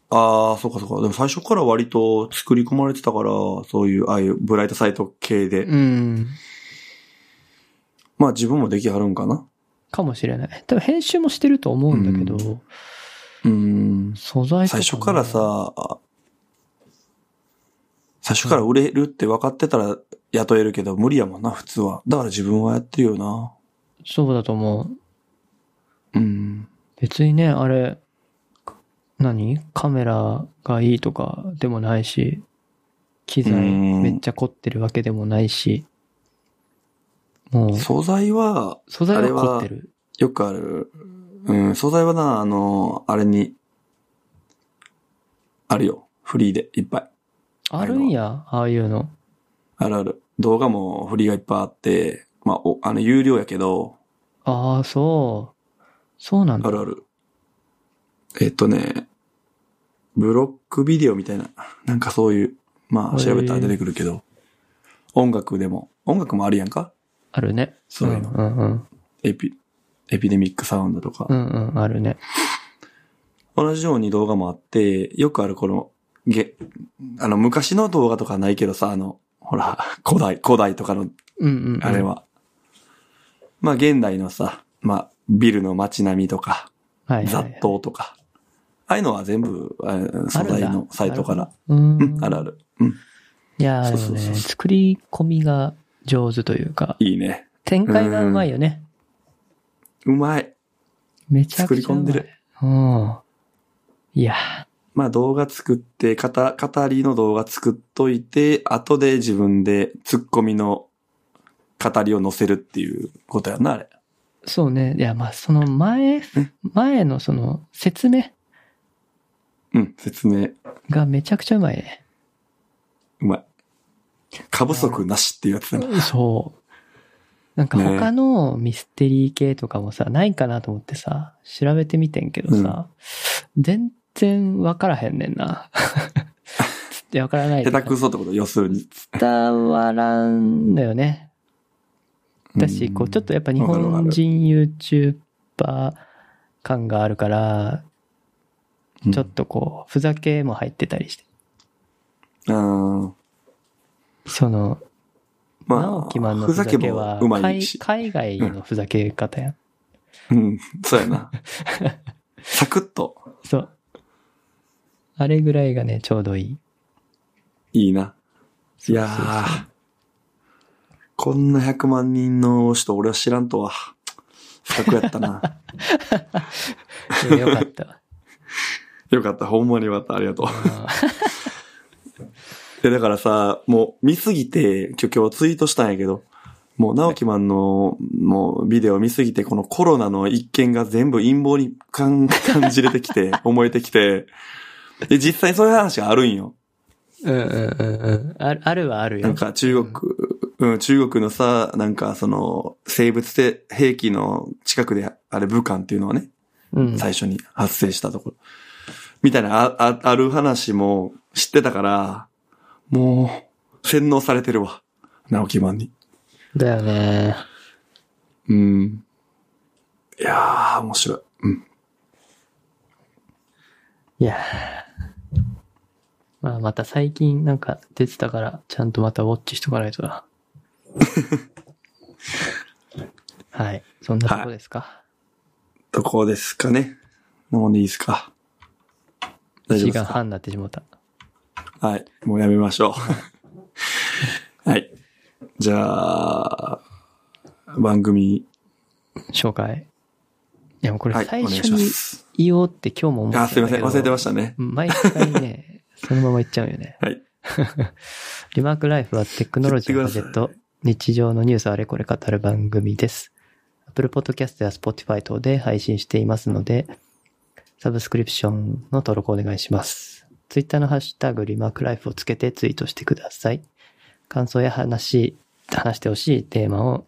Speaker 2: ああ、そうかそうか。でも最初から割と作り込まれてたから、そういう、ああいうブライトサイト系で。
Speaker 1: うん。
Speaker 2: うまあ自分もできはるんかな。
Speaker 1: かもしれない。多分編集もしてると思うんだけど、
Speaker 2: ううーん。
Speaker 1: 素材と
Speaker 2: 最
Speaker 1: ね
Speaker 2: 初から、さ、最初から売れるって分かってたら雇えるけど無理やもんな、普通は。だから自分はやってるよな。
Speaker 1: そうだと思う。
Speaker 2: うん。
Speaker 1: 別にね、あれ、何カメラがいいとかでもないし、機材
Speaker 2: うん
Speaker 1: めっちゃ凝ってるわけでもないし、もう、
Speaker 2: 素材は、
Speaker 1: 素材
Speaker 2: あれ
Speaker 1: は
Speaker 2: は
Speaker 1: 凝ってる。
Speaker 2: よくある。うん、素材はな、あの、あれに、あるよ。フリーで、いっぱい。
Speaker 1: あるんや、ああいうの。
Speaker 2: あるある。動画もフリーがいっぱいあって、まあ、お、あの、有料やけど、
Speaker 1: ああ、そう。そうなん
Speaker 2: あ
Speaker 1: だ。
Speaker 2: るある。えっとね、ブロックビデオみたいな、なんかそういう、ま
Speaker 1: へ
Speaker 2: あ、
Speaker 1: ー
Speaker 2: 調べたら出てくるけど、音楽でも、音楽もあるやんか
Speaker 1: あるね。
Speaker 2: そういうの
Speaker 1: うんうん。
Speaker 2: エピ、エピデミックサウンドとか。
Speaker 1: うんうん、あるね。
Speaker 2: 同じように動画もあって、よくあるこの、げ、あの、昔の動画とかないけどさ、あの、ほら、古代、古代とかの、
Speaker 1: うんうん、うん。
Speaker 2: あれ。は。まあ、現代のさ、まあ、ビルの街並みとか、
Speaker 1: はい、はい。
Speaker 2: 雑踏とか。ああいうのは全部、あ素材のサイトから。
Speaker 1: う
Speaker 2: うんん、。あるある。うん、
Speaker 1: いやー、で
Speaker 2: そう
Speaker 1: も
Speaker 2: そうそう
Speaker 1: ね、作り込みが上手というか、
Speaker 2: いいね。
Speaker 1: 展開がうまいよね。
Speaker 2: うまい。
Speaker 1: めちゃくちゃ。
Speaker 2: 作り込んでる。
Speaker 1: うん。いやー、
Speaker 2: まあ、動画作って、語、語りの動画作っといて、後で自分でツッコミの語りを載せるっていうことやんな、あれ。
Speaker 1: そうね。いや、まあ、その前、前のその説明
Speaker 2: うん、説明。
Speaker 1: がめちゃくちゃうまいね。
Speaker 2: うまい。過不足なしっていうやつだな。
Speaker 1: そう。なんか
Speaker 2: ね
Speaker 1: 他のミステリー系とかもさ、ないかなと思ってさ、調べてみてんけどさ、全然わからへんねんな。 [LAUGHS] つってわからない。
Speaker 2: 下手くそってこと、要するに。
Speaker 1: 伝わらんのよね。だし、こう、ちょっとやっぱ日本人 YouTuber 感があるから、
Speaker 2: うん
Speaker 1: ちょっとこう、ふざけも入ってたりして。
Speaker 2: と。うん。
Speaker 1: その、
Speaker 2: ま
Speaker 1: 直木マン
Speaker 2: あ、
Speaker 1: の
Speaker 2: ふ
Speaker 1: ふ
Speaker 2: ざ
Speaker 1: ざ
Speaker 2: け
Speaker 1: け
Speaker 2: も
Speaker 1: は
Speaker 2: うまい
Speaker 1: 海
Speaker 2: し。
Speaker 1: 海外のふざけ方やん。
Speaker 2: うん、そうや [LAUGHS] な。サクッと、
Speaker 1: そう。あれぐらいがね、ちょうどいい。
Speaker 2: いいな。いや
Speaker 1: そうそうそ
Speaker 2: ー。こんな100万人の人、俺は知らんとは。不覚やったな。
Speaker 1: いやよかったわ。
Speaker 2: [LAUGHS] よかった、ほんまによかった、ありがとう。
Speaker 1: あ
Speaker 2: で、だからさ、もう見すぎて、今日今日ツイートしたんやけど、もう直木マンの、もうビデオ見すぎて、このコロナの一件が全部陰謀に感 [LAUGHS] 感じれてきて、思えてきて、で、実際そういう話があるんよ。
Speaker 1: ーうんうんうんうん。あるあるはあるよ。
Speaker 2: なんか中国、うん、中国のさ、なんかその、生物で兵器の近くで、あれ武漢っていうのはね、
Speaker 1: うん。
Speaker 2: 最初に発生したところ。みたいな、あ、あある話も知ってたから、もう、洗脳されてるわ。直木マンに。
Speaker 1: だよね。
Speaker 2: うん。いやー、面白い。うん。
Speaker 1: いやーまあ、また最近なんか出てたから、ちゃんとまたウォッチしとかないと
Speaker 2: [LAUGHS]
Speaker 1: な。はい。そんなとこですか。
Speaker 2: どこですかね。飲んでいいですか。大丈
Speaker 1: 1時
Speaker 2: 夫で
Speaker 1: 間
Speaker 2: すか
Speaker 1: 半になってしまった。
Speaker 2: はい。もうやめましょう。はい。じゃあ、番組、
Speaker 1: 紹介。いや、もうこ
Speaker 2: は
Speaker 1: れ
Speaker 2: い、お願
Speaker 1: 最
Speaker 2: い
Speaker 1: 初
Speaker 2: しま
Speaker 1: に
Speaker 2: す。
Speaker 1: 言おうって今日も思ってた
Speaker 2: あ、すいません。忘れてま
Speaker 1: し
Speaker 2: したね。
Speaker 1: 毎回ね、そのまま言っちゃうよね。
Speaker 2: はい。
Speaker 1: リマークライフはテクノロジーのガジェッ
Speaker 2: 言っ
Speaker 1: ト、日常のニュースをあれこれ語る番組です。Apple Podcast や Spotify 等で配信していますので、サブスクリプションの登録お願いします。Twitter のハッシュタグリマークライフをつけてツイートしてください。感想や話、話してほしいテーマを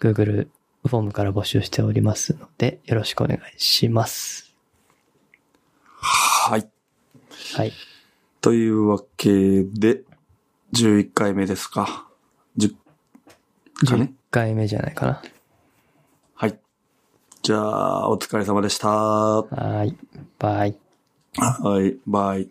Speaker 1: Google フォームから募集しておりますので、よろしくお願いします。
Speaker 2: はい。
Speaker 1: はい。
Speaker 2: というわけで、11回目ですか。10か
Speaker 1: 10
Speaker 2: ね。
Speaker 1: 回目じゃないか
Speaker 2: はい。じゃあ、お疲れ様でした。は
Speaker 1: な。はーい。バイ。
Speaker 2: い、バイ。